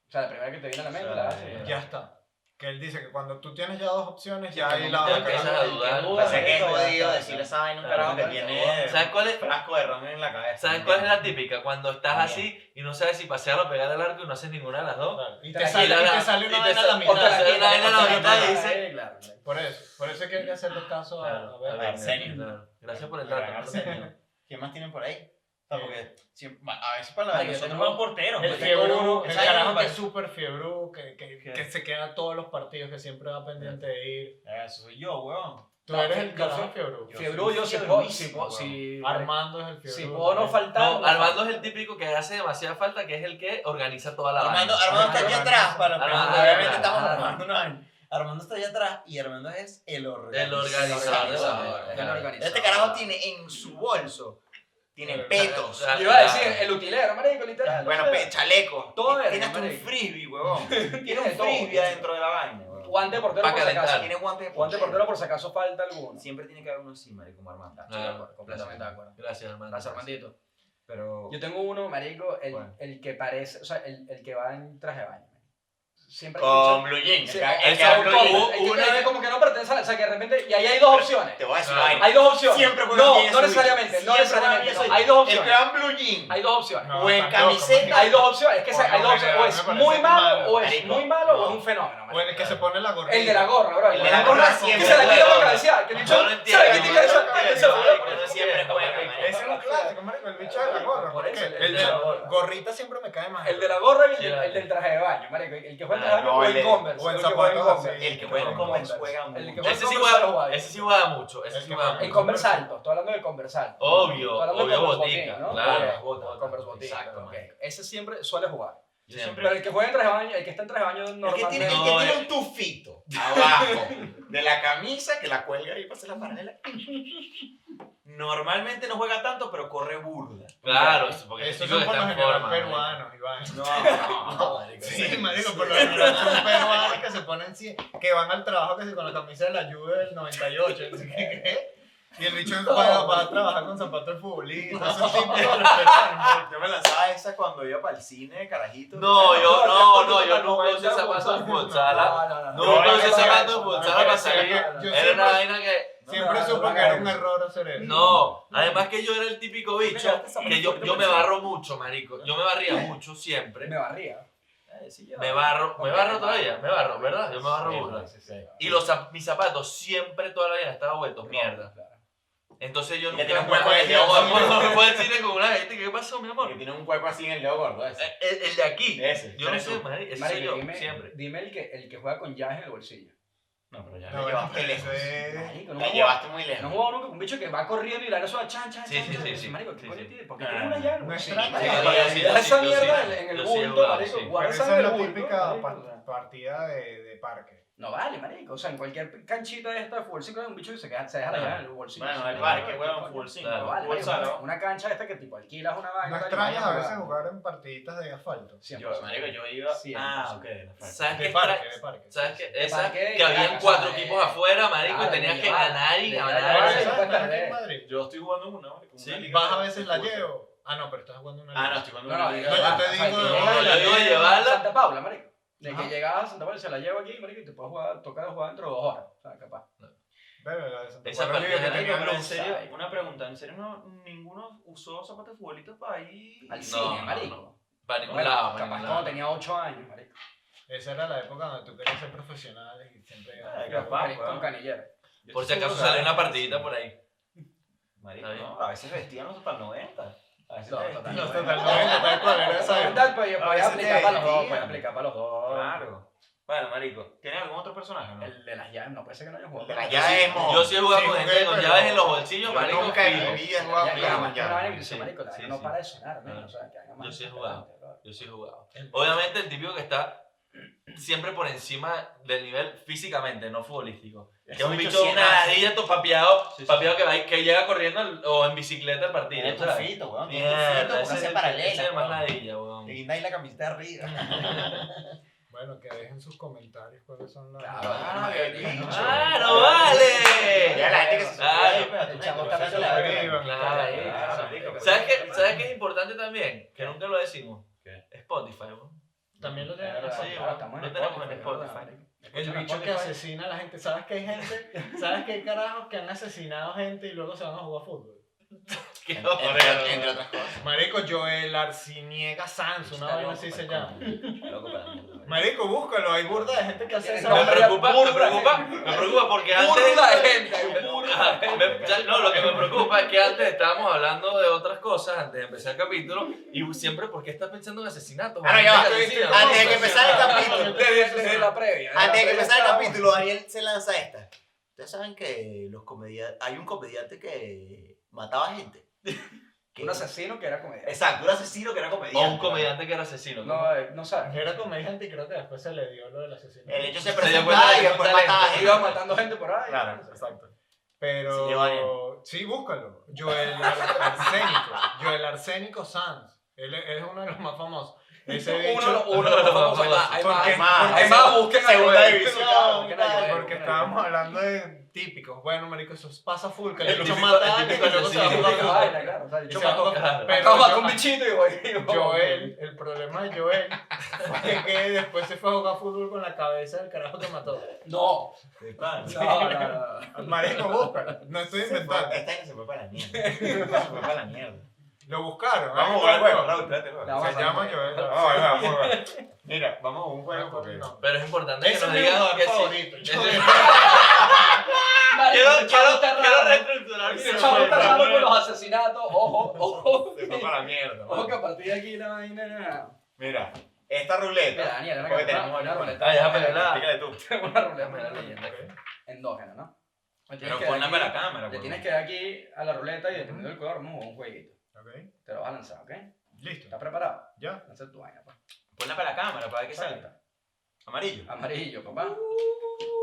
D: O sea, la primera que te viene a la mente
F: O sea,
D: la haces.
F: Claro.
C: Ya está. Que él dice que cuando tú tienes ya dos opciones, ya ahí la
F: Ya
C: vas a
F: empiezas
C: cagar.
F: a dudar.
D: Duda,
A: Pasa que es
D: marico, ya
A: jodido
D: está,
A: decirle
D: ya.
A: esa vaina a un
F: Claro,
A: carajo que
D: claro.
A: tiene
F: ¿Sabes cuál es?
A: frasco de ron en la cabeza.
F: ¿Sabes cuál es la típica? Cuando estás así y no sabes si pasear o pegar al arco y no haces ninguna de las dos.
C: Claro. Y te,
D: Tranquila,
C: sale, y te
F: la-
C: sale
F: y
C: una
F: te
C: vaina a
F: sale-
C: la
F: o
C: mitad.
D: O te
F: sea,
D: la
F: sale una vaina a la mitad y
D: dice.
F: dice-
D: Claro.
C: Por eso, por eso es que hay que hacerle caso a,
F: Claro,
C: a Beckner.
A: Arsenio.
F: Claro. Gracias por el dato.
A: Arsenio. ¿Qué más tienen por ahí? O sea, porque siempre- a veces para la
E: Ay,
A: liga
E: nosotros
A: tenemos-
E: vamos porteros.
C: El
A: Porque
E: marico.
C: fiebru, el
A: esa es la
C: carajo que
A: parte.
C: es súper fiebru, que, que,
A: ¿Qué?
C: que se queda a todos los partidos, que siempre va pendiente de ir.
A: Eh, Eso soy yo, weón.
C: Tú
D: No,
C: eres
D: yo
C: el carajo
D: soy-
C: fiebru.
A: yo
D: Fiebrú,
A: soy
D: yo sí puedo. Si
A: fiebrúísimo,
D: puedo, si-
C: Armando es el fiebru.
D: si puedo no
C: también.
D: faltar.
F: No, Armando es el típico que hace demasiada falta, que es el que organiza toda la
A: Armando,
F: vaina.
A: Armando está aquí
D: Armando.
A: atrás para la
F: Ah, Armando
A: pelota. Obviamente
F: está atrás.
A: estamos armando una vaina. Armando está allá atrás y Armando es el organizador.
F: El organizador de la vaina.
A: Claro.
D: El organizador.
A: Este carajo tiene en su bolso, tiene
C: Claro.
A: petos.
F: Claro.
D: Yo iba a decir el utilero, marico, literal.
A: Bueno,
D: O sea,
A: pe, chaleco.
D: Todo
A: Tiene
D: eso,
A: hasta un
D: marico.
A: frisbee, huevón. Tiene un
D: de todo.
A: frisbee adentro de la vaina, huevón.
D: Guante portero
F: Pa'
D: por si
F: calentar.
D: acaso.
A: Tiene guante de
D: Guante portero por si acaso falta alguno.
A: Siempre tiene que haber uno así, marico, como Armando.
F: Claro,
D: Estoy de acuerdo, completamente de acuerdo.
F: Gracias, Armando.
D: Gracias, Armandito.
A: Pero...
D: Yo tengo uno, marico, el,
A: Bueno.
D: el que parece, o sea, el, el que va en traje de baño. Siempre
A: Con
D: escucho-
A: Blue Jeans.
D: Sí,
A: el ca- el
D: eso,
A: que da Blue
D: como-
A: Jeans.
D: el que-
F: Una
D: el que
F: vez-
D: como que no pertenece a la, o sea, que de repente, y ahí hay dos opciones.
A: Te voy a decir
F: Claro.
A: vaina.
D: Hay dos opciones.
A: Siempre juegan
D: no,
A: bien
D: no
A: esos
D: necesariamente, no
A: Siempre
D: necesariamente.
A: juegan bien
D: no. Hay dos
A: El que
D: opciones.
A: da Blue Jeans.
D: Hay dos opciones.
A: o en
C: estás loco,
A: camiseta.
C: marico.
D: Hay dos opciones, es que
C: O
D: se- hay
C: no,
D: dos
C: en
D: opciones, o
C: general
D: es
C: me
D: muy
C: parece
D: malo,
C: malo,
D: o es
A: marico.
D: muy malo, o
F: No.
D: es un fenómeno.
C: O
D: marico.
C: el que se pone la gorra.
D: El de la gorra, bro.
A: El
D: El
A: de la gorra
D: Que
A: siempre
D: se la quita
A: juega.
D: para cabecear. Que el bicho
F: Yo no
D: se la
F: entiendo,
D: quita y cabecear,
C: no
D: que se la
C: entiendo,
D: vuelve a poner.
A: Siempre juega, marico.
C: Ese es un clásico, marico, el bicho de la gorra.
D: Por
C: ¿por
D: eso,
C: qué?
D: el
C: El
D: de
C: de
D: la gorra.
C: gorrita siempre me cae mal.
D: El de la gorra y el,
F: Sí,
D: del-
F: vale.
D: el del traje de baño, marico. El que juega
A: Ah,
D: en traje de
A: no,
D: baño juega
A: el
D: en
A: de-
D: Converse.
C: o en
D: el que juega en
C: zapatos
D: Converse.
C: así.
A: El que juega en Converse juega
D: El que
A: mucho.
D: juega-
F: Ese sí
D: Converse no
F: juega,
D: juega.
F: ese sí juega mucho, ese
C: Es
F: sí
C: que
F: juega
C: juega.
D: En
F: mucho.
D: Converse alto, estoy hablando de Converse alto.
F: Obvio,
D: Estoy hablando de
F: obvio
D: Converse
F: botica,
D: botín, ¿no?
F: claro.
D: Obvio, botas, Converse botín,
A: Exacto,
D: ok.
A: marico.
D: Ese siempre suele jugar.
A: Yo siempre-
D: Pero el que juega en traje de baño, el que está en traje de baño
A: El que tiene, el
D: normalmente...
A: que
F: No,
A: tiene
F: eh.
A: un tufito abajo de la camisa que la cuelga ahí para hacer la paralela. Normalmente no juega tanto, pero corre burda.
F: Claro, eso, porque
C: Esos
F: el
C: son
F: tipo que
C: por
F: está
C: lo
F: en
C: general
F: forma.
C: peruanos, Iván.
A: No, no, no, marico.
C: Sí, marico, por lo general son peruanos que se ponen, sí, que van al trabajo que sí, con la camisa de la Juve del 98, no sé ¿qué? qué. Y el bicho va, va a trabajar con zapatos de futbolista, esos tipos de los peruanos.
A: Yo me lanzaba esa cuando iba para el cine, carajito.
F: No, yo no, no, yo nunca usé zapatos
D: zapatos
F: de futsala.
D: no,
F: No,
C: No,
F: nunca
C: yo
F: usé
C: no,
F: zapatos de
C: no,
F: futsala para
C: no,
F: salir.
C: no, yo
F: Era
C: siempre-
F: una vaina que.
C: Siempre supo que era un error hacer eso.
F: No, además que yo era el típico bicho
D: este
A: pegaste zapatos
F: que yo,
A: fuerte
F: yo
A: por
F: me
A: encima.
F: barro mucho, marico. Yo me barría mucho siempre.
D: Me barría.
F: Me barro, me
D: Ok,
F: barro
D: me
F: todavía,
D: barro.
F: me barro, ¿verdad? Yo me barro
A: Sí,
F: burda.
A: sí, sí.
F: Y los, zap- mis zapatos siempre toda la vida estaban vueltos mierda. Entonces yo
A: Y
F: nunca
A: le tiene un
F: me
A: hueco en el dedo gordo.
F: me fue al cine con una gente, ¿qué pasó, mi amor?
A: Porque tiene un cuerpo así en el dedo gordo ese.
F: Eh, El, el de aquí.
A: Ese,
F: Yo no
A: eres
F: sé,
A: tú.
F: marico, ese soy
D: Marico,
F: yo,
D: dime,
F: siempre.
D: dime el, que, el que juega con jazz en el bolsillo.
A: No, pero ya
C: No,
A: la llevaste
C: bueno,
A: lejos.
C: eso es-
D: Marico, no
A: La
D: juega-
A: llevaste muy
D: No
A: lejos.
D: jugaba nunca con un bicho que va corriendo y la eso a chan, chan,
F: Sí,
D: chan,
F: sí,
D: chan.
F: sí, sí.
D: Marico, ¿qué
F: Sí,
D: coño
F: sí.
D: tiene? ¿Por qué
A: No,
D: tiene
A: no,
D: una
A: no.
D: llave?
C: No es
D: Sí,
C: trampa.
D: marico,
A: Sí,
D: guarda
A: sí,
D: esa
F: sí, yo
D: mierda
F: sí.
D: en- en el
F: Yo sí he
D: bulto,
F: jugado,
D: marico.
F: sí.
D: Guarda
C: Pero
D: esa
C: esa
D: en
C: es
D: el
C: la
D: bulto,
C: típica
D: marico.
C: par- partida de, de parque.
D: No vale, marico. O sea, en cualquier canchita de esta de fútbol 5 hay un bicho que se, queda, se deja la
F: Claro.
D: llave en el bolsillo.
A: Bueno, el
D: Sí,
A: parque,
D: marico,
A: huevón,
D: coño.
A: full 5,
F: Claro.
D: No vale,
A: full
D: marico,
A: salón.
D: Una cancha esta que tipo alquilas una vaina.
C: No
D: tal, y
C: extrañas
D: vayas
C: a veces
D: jugando.
C: jugar en partiditas de asfalto.
D: Siempre,
A: Yo,
D: siempre.
A: marico, yo iba...
D: Siempre,
A: Ah, ok.
D: siempre.
F: ¿Sabes
C: De
F: qué?
C: parque,
F: tra-
C: de parque.
F: ¿Sabes qué? Esa,
D: parque y
F: que habían
D: Caracas,
F: cuatro
D: eh,
F: equipos afuera, marico, y
D: claro,
F: tenías
D: de
F: que
D: llevar,
F: ganar y
D: de
F: ganar.
D: llevar,
C: Pero
D: sí,
C: esa
D: puedes
C: está aquí
D: perder.
C: en Madrid.
A: Yo estoy jugando una, marico.
F: Sí.
C: ¿Vas a veces la llevo? Ah, no, pero estás jugando una
A: Ah,
C: liga.
A: no, estoy jugando
D: No, no,
A: una
D: yo
A: liga.
C: No, yo te digo de
F: no, yo digo de
D: a
F: llevarla.
D: Santa Paula, marico. De que
C: Ajá.
D: llegaba a Santa Paula y se la llevo aquí, marico, y te puedo jugar, tocar jugar dentro de dos horas. O sea, capaz.
C: Pero la de Santa
F: Esa
C: Bárbara
F: partida
C: que
F: de la
C: tenía
A: Pero
F: liga,
A: en
C: bronce.
A: serio,
D: Ay.
A: una pregunta, ¿en serio no, ninguno usó zapatos de futbolito para ir?
D: Al
F: No,
D: cine,
F: no,
D: marico.
F: Para ningún
D: Bueno,
F: lado, para
D: capaz
F: ningún
D: cuando
F: lado.
D: tenía 8 años, marico.
C: Esa era la época donde tú querías ser profesional y siempre
A: Ay,
D: Con
A: capaz,
D: Cani-
A: weón.
D: Con canillera.
A: Yo
F: Por si
A: estoy
F: acaso
A: seguro,
F: sale una
A: ¿sabes?
F: partidita por ahí.
A: Marico,
F: Está bien.
A: no, a veces vestían los para 90. A veces
D: No,
A: te
D: total,
A: vestían.
C: Los
D: total.
C: total 90, tal cual, era esa época.
D: Tal, pues, yo
A: A
D: podía
A: veces
D: aplicar
A: te-
D: para los dos,
A: sí.
D: podía aplicar para los dos.
A: Claro. Bueno, marico, ¿tienes algún otro personaje, no?
D: El de las llaves, no puede ser que no haya jugado.
A: El de las
D: Yo sí-
A: llaves, mo.
F: Yo sí he jugado
C: Sí,
F: con
C: jugué,
F: gente con
C: pero-
F: llaves en los bolsillos,
A: Yo
F: marico.
A: nunca en
F: fijo.
A: mi vida he
D: Ya,
A: jugado
D: ya,
A: con
D: ya,
A: llaves.
D: ya,
A: ya.
D: ya, ya,
F: Sí,
D: marico, la
F: sí,
D: vaina no
F: sí.
D: para de sonar,
F: Claro.
D: ¿no? O sea, que haga más
F: Yo sí he
D: interesante, bro.
F: Yo sí he jugado. Obviamente el típico que está siempre por encima del nivel físicamente, no futbolístico. Que es un bicho una ladilla, tu papeado,
A: Sí, sí.
F: papeado que, va y- que llega corriendo al- o en bicicleta al partido.
A: Tiene
F: ¿sabes?
A: tufito, weón. Tiene tufito
F: Mierda,
A: con
F: ese es
A: hacer
F: el- ese es el más
A: paralela.
F: ladilla, weón.
A: Te guindáis la camiseta arriba.
C: Bueno, que dejen sus comentarios cuáles son las.
D: Claro,
A: Ah,
D: qué
A: bien
D: bicho.
A: dicho.
F: ¡Ah, no vale!
A: Ya la gente que se
F: Ah,
A: suscribe, pero
D: el
A: tú
D: chavo
A: no,
D: está
A: pero eso
D: hablando la
A: es
D: verdad.
C: Suscriban,
F: Claro,
D: Claro,
F: claro.
D: marico,
F: ¿Sabes
D: pero-
F: qué, ¿Sabes qué es importante también? Que nunca lo decimos.
A: ¿Qué?
F: Spotify, weón.
C: También lo
D: Es
C: tienen
D: verdad,
C: así.
F: Sí,
D: claro,
F: bueno,
D: estamos en
F: lo tenemos en
D: Spotify,
F: Spotify.
D: ¿verdad?
C: El
D: Escucha,
C: bicho que
D: Spotify.
C: asesina a la gente. ¿Sabes que hay gente? ¿Sabes que hay carajos que han asesinado gente y luego se van a jugar fútbol?
F: Qué
A: Entre entre
F: horror.
A: otras cosas.
C: Marico, Joel Arciniega Sanz, una
D: Está
C: vaina
D: loco,
C: así se
D: marico.
C: llama.
A: Loco para mí.
C: Marico, búscalo. Hay burda de gente que hace esa
F: Me
C: vaina.
F: preocupa, me
A: burda
F: preocupa, me preocupa porque
A: Burda
F: antes...
A: de gente, burda de gente.
F: Me- ya- no, lo que me preocupa es que antes estábamos hablando de otras cosas antes de empezar el capítulo y siempre porque estás pensando en asesinatos.
C: Ah,
E: Ahora ya va,
F: Gente asesina, ¿no?
E: antes de que empezara el capítulo.
D: Desde, desde la previa.
E: Antes
D: desde
E: de que
D: la previa
E: empezara el
D: estábamos-
E: capítulo, Daniel se lanza esta. Ustedes saben que los comediantes. Hay un comediante que mataba gente. Que-
D: Un asesino que era comediante.
E: Exacto, un asesino que era comediante.
F: O un comediante que era asesino. ¿no?
D: No, eh, no sabes.
C: Era comediante y creo que después se le dio lo del asesinato.
E: El hecho se
F: dio cuenta
E: presentaba
F: de
E: y
F: que
E: después
F: era un
E: mataba
F: talento.
E: gente.
D: Iba matando gente por ahí.
E: Claro,
D: no sé.
E: exacto. Sí,
C: Pero
E: Giovanni.
C: sí, búscalo. Joel Ar- Arsénico. Joel Arsénico Sanz. Él es él es uno de los más famosos. Ese bicho.
D: Uno, uno, de los famosos, hay más, hay
C: ¿Por qué?
D: más.
E: Porque-
D: Hay más, busquen a
E: Segunda
D: Joel.
E: división,
D: Claro, busquen a
E: claro,
D: Joel,
C: Porque
D: busquen a
C: estábamos
D: Joel.
C: hablando de típicos. Bueno, marico, eso pasa full. Que
F: El
C: el bicho
F: típico-
C: mata
F: el
C: a alguien y
F: típico
C: luego se va a
F: asesino.
C: jugar
D: Típica
C: con-
D: vaina, claro, o sea, el
C: se
D: chamo
C: va a jugar-
F: claro.
C: pero
D: Acaba
C: yo-
D: con un bichito y voy.
C: Joel, el problema de Joel fue que después se fue a jugar fútbol con la cabeza del carajo que mató.
B: No.
D: No, no, no.
C: Marico, búscalo. No estoy
E: Se fue-
C: inventando.
E: Este año se fue para la mierda. Se fue para la mierda.
C: Lo buscaron.
A: Vamos a
C: Ahí
A: jugar al
C: lo
A: juego,
C: busco.
A: Raúl, trate el juego.
D: No,
A: Vamos
C: Se
D: vamos a
C: llama
D: ver.
C: Joel.
A: a jugar, vamos a jugar. Mira, vamos a un juego porque no.
F: Pero es importante que
C: Ese es
F: nos
C: mi
F: digas
C: jugador
F: que sí.
C: favorito.
F: Ese-
C: Joel.
F: Quiero,
B: Marico,
F: quiero,
B: chavo está
F: quiero
B: raro.
F: reestructurar mi
D: El chamo está
F: respuesta.
D: raro con los asesinatos. Ojo, ojo.
A: Se fue para la mierda.
D: Ojo
A: mano.
D: que a partir de aquí la vaina era.
A: Mira, esta
D: Mira,
A: ruleta.
D: Daniel, era
A: Porque
D: una-
A: tenemos
D: una
A: ahí.
D: ruleta.
F: Ah, déjame hablar.
A: Explícale tú.
D: Una ruleta
F: Déjame la leyenda.
D: endógena, ¿no? Le tienes
A: Pero
D: que dar
A: ponla
D: aquí-
A: para la cámara.
D: Le
A: por
D: tienes
A: favor.
D: que dar aquí a la ruleta y dependiendo del color, no, un jueguito.
C: Ok,
D: Te lo vas a lanzar, ¿ok?
C: listo.
D: ¿Estás preparado?
C: Ya.
D: Lanza tu vaina, pues.
A: Ponla para la cámara para ver qué sale. Amarillo.
D: Amarillo, papá.
A: Uh.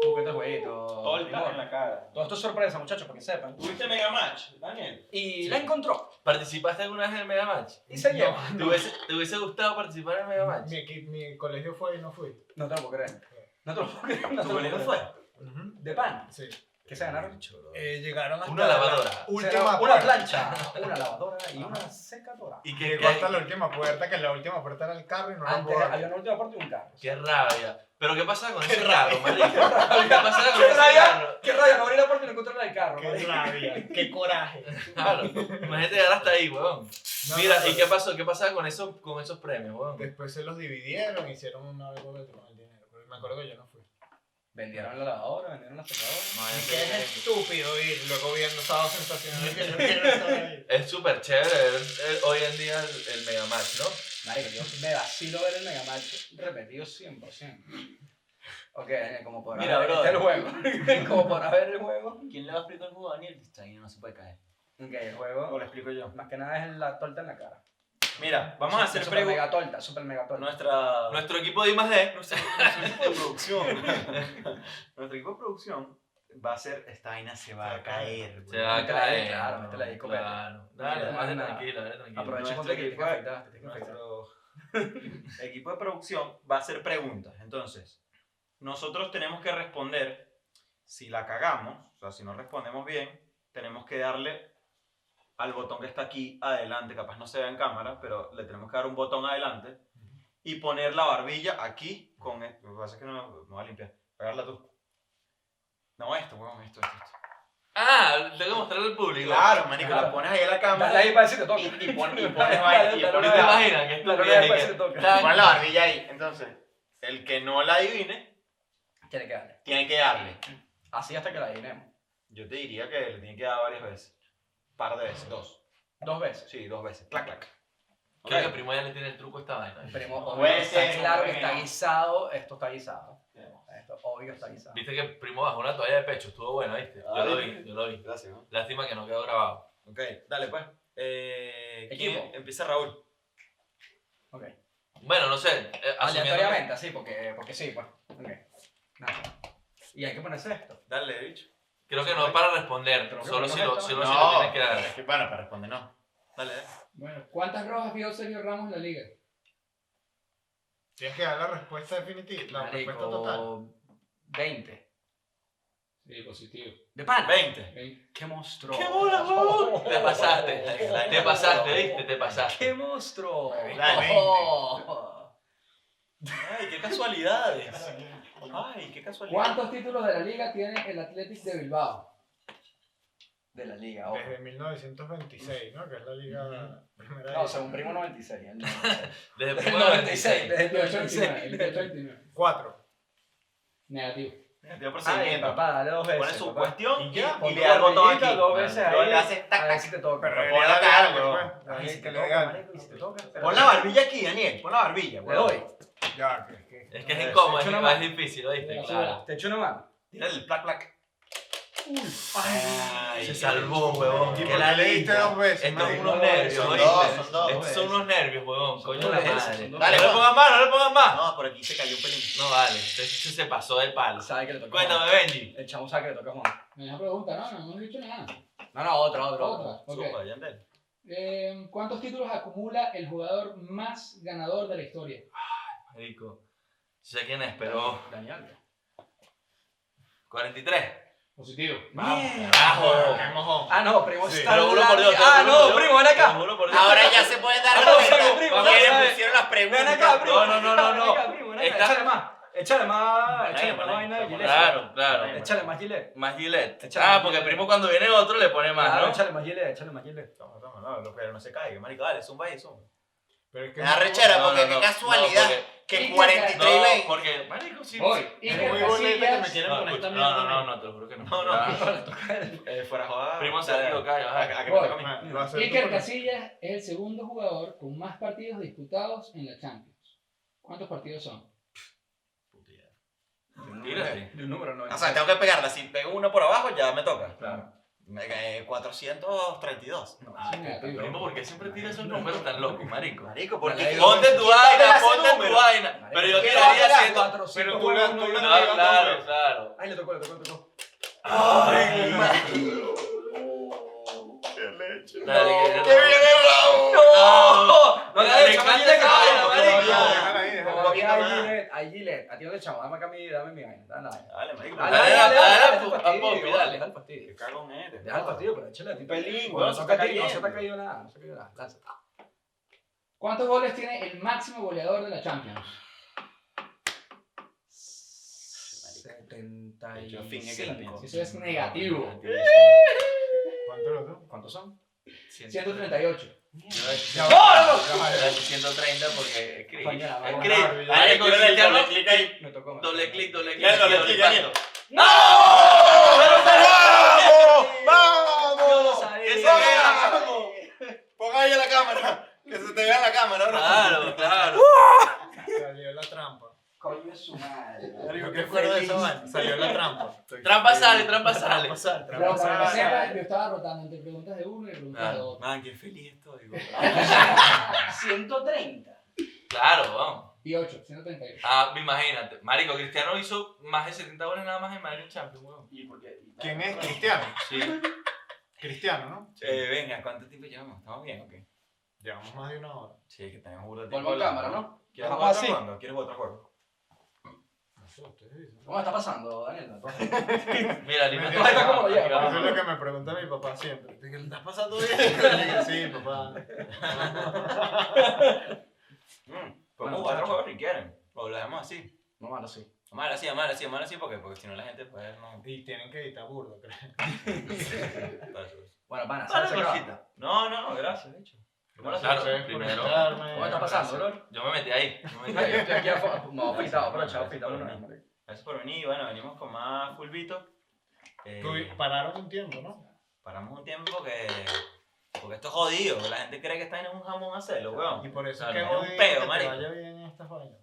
D: Juguete jueguito. limón.
A: la cara.
D: Todo esto es sorpresa, muchachos, para que sepan.
A: ¿Tuviste Mega Match, Daniel?
D: Y la encontró.
F: ¿Participaste alguna vez en el Mega Match?
D: Y se lleva.
F: ¿Te hubiese, te hubiese gustado participar en el Mega Match?
C: Mi, equi- mi colegio fue y no fui.
D: No te lo puedo creer. No te lo puedo creer. no te lo
A: ¿Tu
D: puedo
A: colegio
D: creer.
A: fue?
D: De pan.
C: Sí.
D: Que se ganaron.
C: Eh, llegaron hasta
F: Una lavadora.
C: la última
D: Será una
C: puerta.
D: plancha, una lavadora y una secadora.
F: Y que,
C: Llegó hasta la última puerta, que la última puerta era el carro y no la
D: Antes
C: puedo abrir.
D: había una última parte y un carro.
F: qué rabia. Pero ¿qué pasaba con ese carro, marico? ¿Qué pasaba con
D: Qué
F: ese
D: rabia.
F: carro?
D: Qué raro, no abrí la puerta y no encontré la del carro.
C: Qué rabia, qué coraje.
F: Claro, imagínate llegar hasta ahí, weón.
C: No,
F: Mira,
C: no,
F: ¿y
C: no.
F: qué pasó? ¿Qué pasaba con esos, con esos premios, weón?
C: Después se los dividieron, hicieron una vergüenza con el dinero. Pero me acuerdo que yo no fui.
D: Vendieron la lavadora, vendieron la secadora.
F: No,
C: Y
F: es-
C: que es estúpido ir luego viendo sábado sensacional que yo quiero estar ahí.
F: Es súper chévere ver el- hoy en día el, el Mega Match, ¿no?
D: Marico, yo me vacilo ver el Mega Match repetido 100%. Ok, Daniel, como podrás
A: Mira,
D: ver,
A: brother.
D: este es el juego. como podrás ver el juego. Ok,
A: ¿Quién le va a explicar el juego a Daniel? Está ahí, no se puede caer.
D: el juego
A: O lo explico yo.
D: más que nada es la torta en la cara.
A: Mira, vamos a hacer
D: Super
A: preguntas.
D: mega torta, super mega torta.
A: Nuestra.
F: Nuestro equipo de I más D, no sé.
A: Nuestro equipo de producción. Nuestro equipo de producción va a ser. Esta vaina se va a caer. pues. güey.
F: Se va a
D: Métela ahí,
F: caer.
D: claro, métela ahí, cómete.
F: Claro, dale,
D: Mira,
F: dale,
D: nada.
F: tranquilo, dale, tranquilo.
D: Aprovecha
A: nuestro
D: contra que te
A: equipo-
D: afectaste, te afectaste.
A: Nuestro equipo de producción va a hacer preguntas. Entonces, nosotros tenemos que responder. Si la cagamos, o sea, si no respondemos bien, tenemos que darle al botón que está aquí adelante. Capaz no se vea en cámara, pero le tenemos que dar un botón adelante y poner la barbilla aquí con. e- Lo que pasa es que no me voy a limpiar. Pegarla tú. No, esto, weón, esto, esto. esto.
F: Ah, tengo que mostrarle al público.
A: Claro, marico,
D: Claro.
A: la pones ahí a la
D: Dale
A: cámara.
D: ahí para decirte toca.
A: Y- y pon- y pones vaina, y
D: Dale,
A: pones
F: ¿No te
D: dale,
A: vaina.
F: imaginas que
D: Claro, no,
F: estúpido? ni
D: después
F: que-
D: se toca.
F: Tan-
A: Pon la barbilla ahí. Entonces, el que no la adivine,
D: Tiene que darle.
A: tiene que darle.
D: Así hasta que la adivinemos.
A: Yo te diría que le tiene que dar varias veces. Par de veces, dos.
D: Dos veces.
A: Sí, dos veces. Clac, clac.
F: Creo que
A: Ok.
F: primo ya le tiene el truco a esta vaina.
D: Primo,
A: Dos
D: obvio, está
A: veces,
D: claro que
A: bueno.
D: está guisado. Esto está guisado. Esto, obvio, está guisado.
F: Viste que primo bajó una toalla de pecho, estuvo bueno, ¿viste? Yo
A: Ah,
F: lo
A: ¿viste?
F: vi, yo lo vi.
A: Gracias. ¿no?
F: Lástima que no quedó grabado.
A: Ok, dale pues. Eh, ¿quién
D: Equipo.
A: empieza Raúl.
D: Ok.
F: Bueno, no sé, eh, asumiendo que-
D: Ah, Aleatoriamente, así, porque, porque sí, pues. Ok. Nada. Y hay que ponerse esto.
A: Dale, bicho.
F: creo que no es para responder,
D: Creo que
F: solo
D: no
F: si
D: es
F: lo,
D: esta
F: solo
D: vaina.
F: si lo tienes que dar.
A: es que bueno, para responder no. Dale, dale.
B: Bueno, ¿cuántas rojas vio Sergio Ramos en la liga?
C: Tienes que dar la respuesta definitiva, la respuesta total.
D: Marico, 20.
B: Sí, positivo.
D: De pan.
A: 20.
B: Ven.
D: ¡Qué monstruo! Oh,
F: ¡Qué bola, huevón! Te pasaste, te pasaste, ¿viste? Te
D: ¡Qué
F: pasaste.
D: monstruo!
C: Dale, 20.
D: Oh.
A: Ay, qué casualidades. Ay, qué casualidades.
B: ¿Cuántos títulos de la liga tiene el Athletic de Bilbao?
G: de la liga. ojo.
C: Desde 1926, ¿no? Que es la liga primera
D: No, o sea,
C: división.
D: un primo 96. El 96.
F: Desde
D: Desde el
F: primo de
D: 96.
F: 96.
D: Desde
B: 28-29,
D: el 96.
B: 28-29.
C: Cuatro.
B: Negativo.
G: Dio
D: Ay,
G: procedimiento.
D: Ah, papá, dale dos veces.
G: Pone su
D: papá.
G: cuestión
C: Y
A: pues,
C: ya,
G: y, y
D: Pon
G: le
D: tu
G: da el botón
D: barbillita
G: aquí.
D: Dos veces
G: Luego
D: ahí.
G: le haces
D: A
G: tac,
D: ver
G: tac.
D: si te toca.
C: Pero
G: Pon la cara,
C: debería pegarle,
G: huevón.
C: pues.
D: A ver
C: Ay,
D: si
C: que
D: te
C: le
D: toca,
C: hagan.
D: Ah, marico, y si te toca. pero-
G: Pon la barbilla aquí, Daniel. Pon la barbilla,
D: Le
G: huevón.
D: doy.
C: Ya, que, que.
F: Es que es
G: Eso,
F: incómodo, es,
D: hecho nomás.
F: es difícil, ¿oíste?
B: Eso
F: Claro.
B: era.
D: Te echo una mano.
G: Tírale el plac, plac. Ay,
F: Se salvó, huevón.
C: ¿Y
F: Qué
C: por
F: la
C: qué le diste
F: lista.
C: dos veces,
F: Estos son
C: marico?
F: unos
D: No,
F: nervios,
A: son
F: ¿oíste?
A: dos, son dos.
F: Estos son unos nervios, huevón.
D: Son
F: Coño
D: dos
F: la
D: veces,
F: madre.
D: son
F: No
D: dos
A: Dale,
F: le
A: pues.
F: pongas más, no le pongas más.
A: No, por aquí se cayó un pelín.
F: No vale, este se se pasó de palo.
D: Sabe que le toca a Juan.
F: Cuéntame, Benji.
D: El chamo sabe que le toca a Juan.
B: Me dejó pregunta, no, no, hemos dicho nada.
D: No, no, otra, otra. otra.
B: Otra, ok.
A: Supa, Yandel.
B: Eh, ¿Cuántos títulos acumula el jugador más ganador de la historia?
F: Rico. Sé quién es, pero.
D: Daniel.
F: 43.
B: Positivo.
F: Carajo.
C: Qué mojón.
D: Ah, no, primo.
C: Sí,
D: está
F: Pero uno por Dios.
D: Ah,
F: te lo juro
D: no,
F: por-
D: primo, ven
F: te lo
D: acá.
F: juro por Dios.
A: Ahora ya se pueden dar
D: Ah, no, saca,
A: cuenta.
D: primo,
A: Porque
D: no,
A: le
D: sabe.
A: pusieron las
D: Ven
A: preguntas.
D: acá, primo.
F: No, no, no, no,
D: Ven
F: no.
D: acá, primo, ven acá.
F: Está-
D: Échale más. Échale más.
A: Vale,
D: Échale más
A: vale,
D: vaina de
A: vale.
D: Gillette.
F: Claro, claro.
D: Échale más Gillette.
F: Más Gillette.
D: Échale
F: Ah,
D: más
F: porque
D: Gillette.
F: primo cuando viene otro le pone más,
D: Claro,
F: ¿no?
D: échale más Gillette, échale más Gillette.
A: Toma, toma, no, lo- pero no se caiga, marico, dale, zumba y zumba.
C: Pero es que
A: La
C: no-
A: rechera,
F: No,
A: porque
F: no, no.
A: qué casualidad
F: No, porque-
A: que
B: Sí,
A: 43 y
F: no,
A: 20.
F: porque, marico, sí.
B: Voy.
F: sí.
B: Iker
C: muy boleta que me
B: Casillas.
C: quieren
F: No,
C: poner esta
F: escucha,
C: mierda
F: no, no,
C: a
F: no,
C: mí.
F: no, te lo juro que no.
A: No, no. Eh, fuera jodada.
F: Primo se
A: Dale,
F: ha equivocado, ya
A: a-
F: vas
A: a- a que me
B: Voy.
A: toca a mí.
C: Lo hace tú,
B: Iker
C: pero-
B: Casillas es el segundo jugador con más partidos disputados en la Champions. ¿Cuántos partidos son?
F: Tírate.
D: De un número no.
A: O sea, tengo que pegarla. Si pego uno por abajo, ya me toca.
D: Claro.
A: Me eh, cae 432.
B: Es negativo.
F: Primo, ¿por qué siempre tira esos números tan locos, marico?
A: Marico,
D: ¿por qué?
F: Ponte tu vaina, ponte tu vaina. Pero yo tiraría haciendo.
D: cuatro, cinco,
C: Pero tú
D: uno,
C: la-
D: uno
C: tú
D: y
C: la-
D: uno.
F: No, claro, claro.
D: Ay, le tocó, le tocó, le tocó.
A: ¡Ay,
F: Dale, que-
A: ¡Qué bien errado!
D: ¡No! No le ha
F: Le
D: hecho más
F: cambia
D: Gillette que
F: esa vaina,
D: no,
F: marico.
D: no, no, no.
C: Déjala ahí, déjala
A: Un poquito
D: Ay,
A: más.
D: Gillette, ay, Gillette. A ti no te echamos, dame acá mi, dame mi vaina. Dale, dale.
A: Dale, marico.
F: Dale,
A: pero-
F: dale, dale, dale,
D: deja el
F: a
D: fastidio,
F: Poppy,
D: vale,
F: dale.
D: Deja el fastidio.
A: Qué cagón eres.
D: Deja el fastidio, pero échale a ti.
A: Un pelín,
D: Bueno,
A: weón,
D: no
A: se
D: se
A: está
D: te ha caído- no se te ha
A: cayendo.
D: caído nada, no se te ha caído nada. Lanza.
B: ¿Cuántos goles tiene el máximo goleador de la Champions?
D: 75.
B: Eso es negativo.
C: ¿Cuánto lo tengo?
D: ¿Cuántos son?
B: 138.
C: Ya va,
F: ¡No!
C: ya va, ya va.
F: 130 porque es Chris.
D: Coño, la
F: Es
D: vaina.
F: Chris.
C: Dale,
F: Marico,
A: dale,
F: Cristiano.
A: dale, clic ahí.
D: Me tocó. me
F: Doble
D: tocó.
F: clic, doble clic.
A: Dale, doble
F: doble
A: clic,
F: impacto.
A: ¡Vamos!
D: Yo lo
A: ¡Vamos!
D: sabía.
F: Eso era.
A: ¡Vamos! Pon ahí a la cámara. Que se te vea en la cámara, bro.
F: Claro, claro.
D: Uh.
C: Salió la trampa.
D: Coño es su madre.
A: Marico, ¿qué acuerdo de esa vaina?
C: Salió la trampa.
F: Trampa sale, trampa sale.
B: Pero
C: Trampa
B: para que
C: sale.
B: sepas, yo estaba rotando entre preguntas de uno y preguntas de
F: Claro.
B: otro.
A: Man, qué feliz estoy, bro.
D: 130.
F: Claro, vamos.
B: Y 8, 138.
F: Ah, imagínate. Marico, Cristiano hizo más de 70 goles nada más en Madrid Champions, weón.
C: ¿Quién es? Cristiano.
F: Sí.
C: Cristiano, ¿no?
A: Eh, venga, ¿cuánto tiempo llevamos? ¿Estamos bien o qué?
C: Llevamos más de una hora.
A: Sí, que tenemos burda de tiempo.
D: Vuelvo a cámara, ¿no?
A: ¿Quieres
D: Ajá,
A: jugar otro
D: sí.
A: juego? ¿Quieres jugar otro juego?
C: No sé, ustedes dicen.
D: ¿Cómo está pasando, Daniel? pues,
F: Mira,
C: Me
F: alimenta.
C: dio-
D: Está como lo
F: Aquí
D: lleva.
C: Eso es lo
F: vamos.
C: que me pregunta mi papá siempre.
A: ¿Te estás pasando bien?
C: Sí, papá.
A: Mm,
D: Bueno,
A: Podemos jugar otro
D: muchachos.
A: juego si quieren. O lo dejamos así.
D: No, malo, sí.
A: Vamos a dejarlo así, vamos a dejarlo así, vamos a dejarlo así, porque, porque si no la gente pues no...
C: Y tienen que editar burdo, creo.
D: Bueno, pana,
F: Dale,
D: ¿sabes acá?
F: Jorgito.
A: No, no, gracias, de hecho.
F: Bueno,
C: Gracias,
F: claro,
C: por
F: primero.
C: invitarme.
D: ¿Cómo está pasando, bro?
F: Yo me metí ahí. Yo me
D: Ay,
F: metí
D: yo
F: ahí.
D: estoy aquí afu- no, afeitado, pero chao, afeitado una vez, marico.
A: Gracias por venir. Bueno, venimos con más fulbito. Eh,
C: Tú- Pararon un tiempo, ¿no?
A: paramos un tiempo que... Porque esto es jodido. La gente cree que está en un jamón a hacerlo,
C: Y
A: weón.
C: por eso
F: Claro,
C: es
A: es
C: que
A: un
C: jodido
A: peo,
C: que te
A: marico.
C: vaya bien en estas vainas.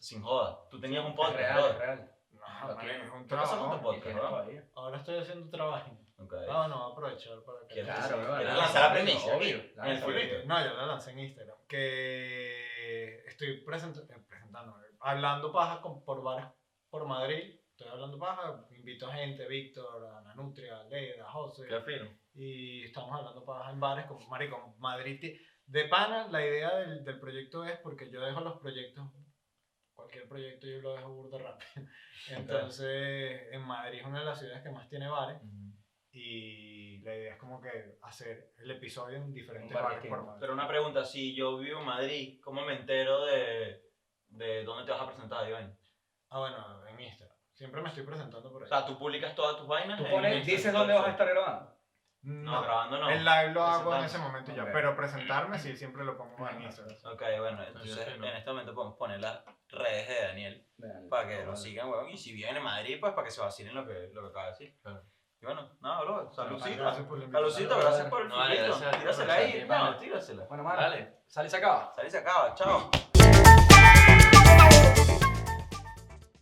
A: Sin joda. Tú tenías un
D: Es
A: podcast,
D: real, es
A: bro.
D: real.
C: No, marico, es un
A: ¿Qué pasó con tu
C: trabajo.
A: podcast, bro?
C: Ahora estoy haciendo trabajo.
A: Ok.
D: Ah,
C: No, no, voy a aprovechar para que...
A: ¿Quieres
D: Claro, bro.
A: ¿Quieres
D: claro,
A: lanzar la
D: obvio,
A: premisa aquí?
D: obvio,
A: En el
D: claro.
A: fulbito.
C: No, ya la lancé en Instagram. Que estoy present eh, presentando, hablando paja con, por bares por Madrid. Estoy hablando paja, invito a gente, Víctor, a Nanutria, a Leida, a José.
F: Qué fino.
C: Y estamos hablando paja en bares con Marico, Madrid. ti- De pana, la idea del, del proyecto es porque yo dejo los proyectos, cualquier proyecto yo lo dejo burda rápido. Entonces, en Madrid es una de las ciudades que más tiene bares. Y la idea es como que hacer el episodio en diferentes
D: bar
C: bares
D: distinto.
C: por Madrid.
A: Pero una pregunta, si yo vivo en Madrid, ¿cómo me entero de, de dónde te vas a presentar, Iván?
C: Ah, bueno, en Instagram. Siempre me estoy presentando por ahí.
A: O sea, tú publicas todas tus vainas.
D: Tú
A: en
D: pones,
A: Instagram,
D: dices dónde vas a
A: entonces.
D: estar grabando.
A: No, grabando no.
C: El live lo hago en
A: Presentando.
C: ese momento ya,
D: Ok.
C: pero presentarme sí, siempre lo pongo en Instagram.
A: Ok, bueno, entonces
F: sí, no.
A: en este momento podemos poner las redes de Daniel
D: Dale,
A: para que lo
D: vale.
A: sigan, weón. Y si vienen a Madrid, pues para que se vacilen lo que, lo que acaba de decir.
F: Claro.
A: Y bueno, no, bro, saludcita.
C: Gracias por la invitación.
A: Saludcita, gracias por el
F: No, vale,
A: filmito.
F: gracias a ti,
A: Tírasela
F: gracias a
A: ahí,
F: ti,
A: no,
F: vale.
A: tírasela.
D: Bueno, mano,
F: Dale.
D: sale y se acaba.
A: Salí se acaba, chao.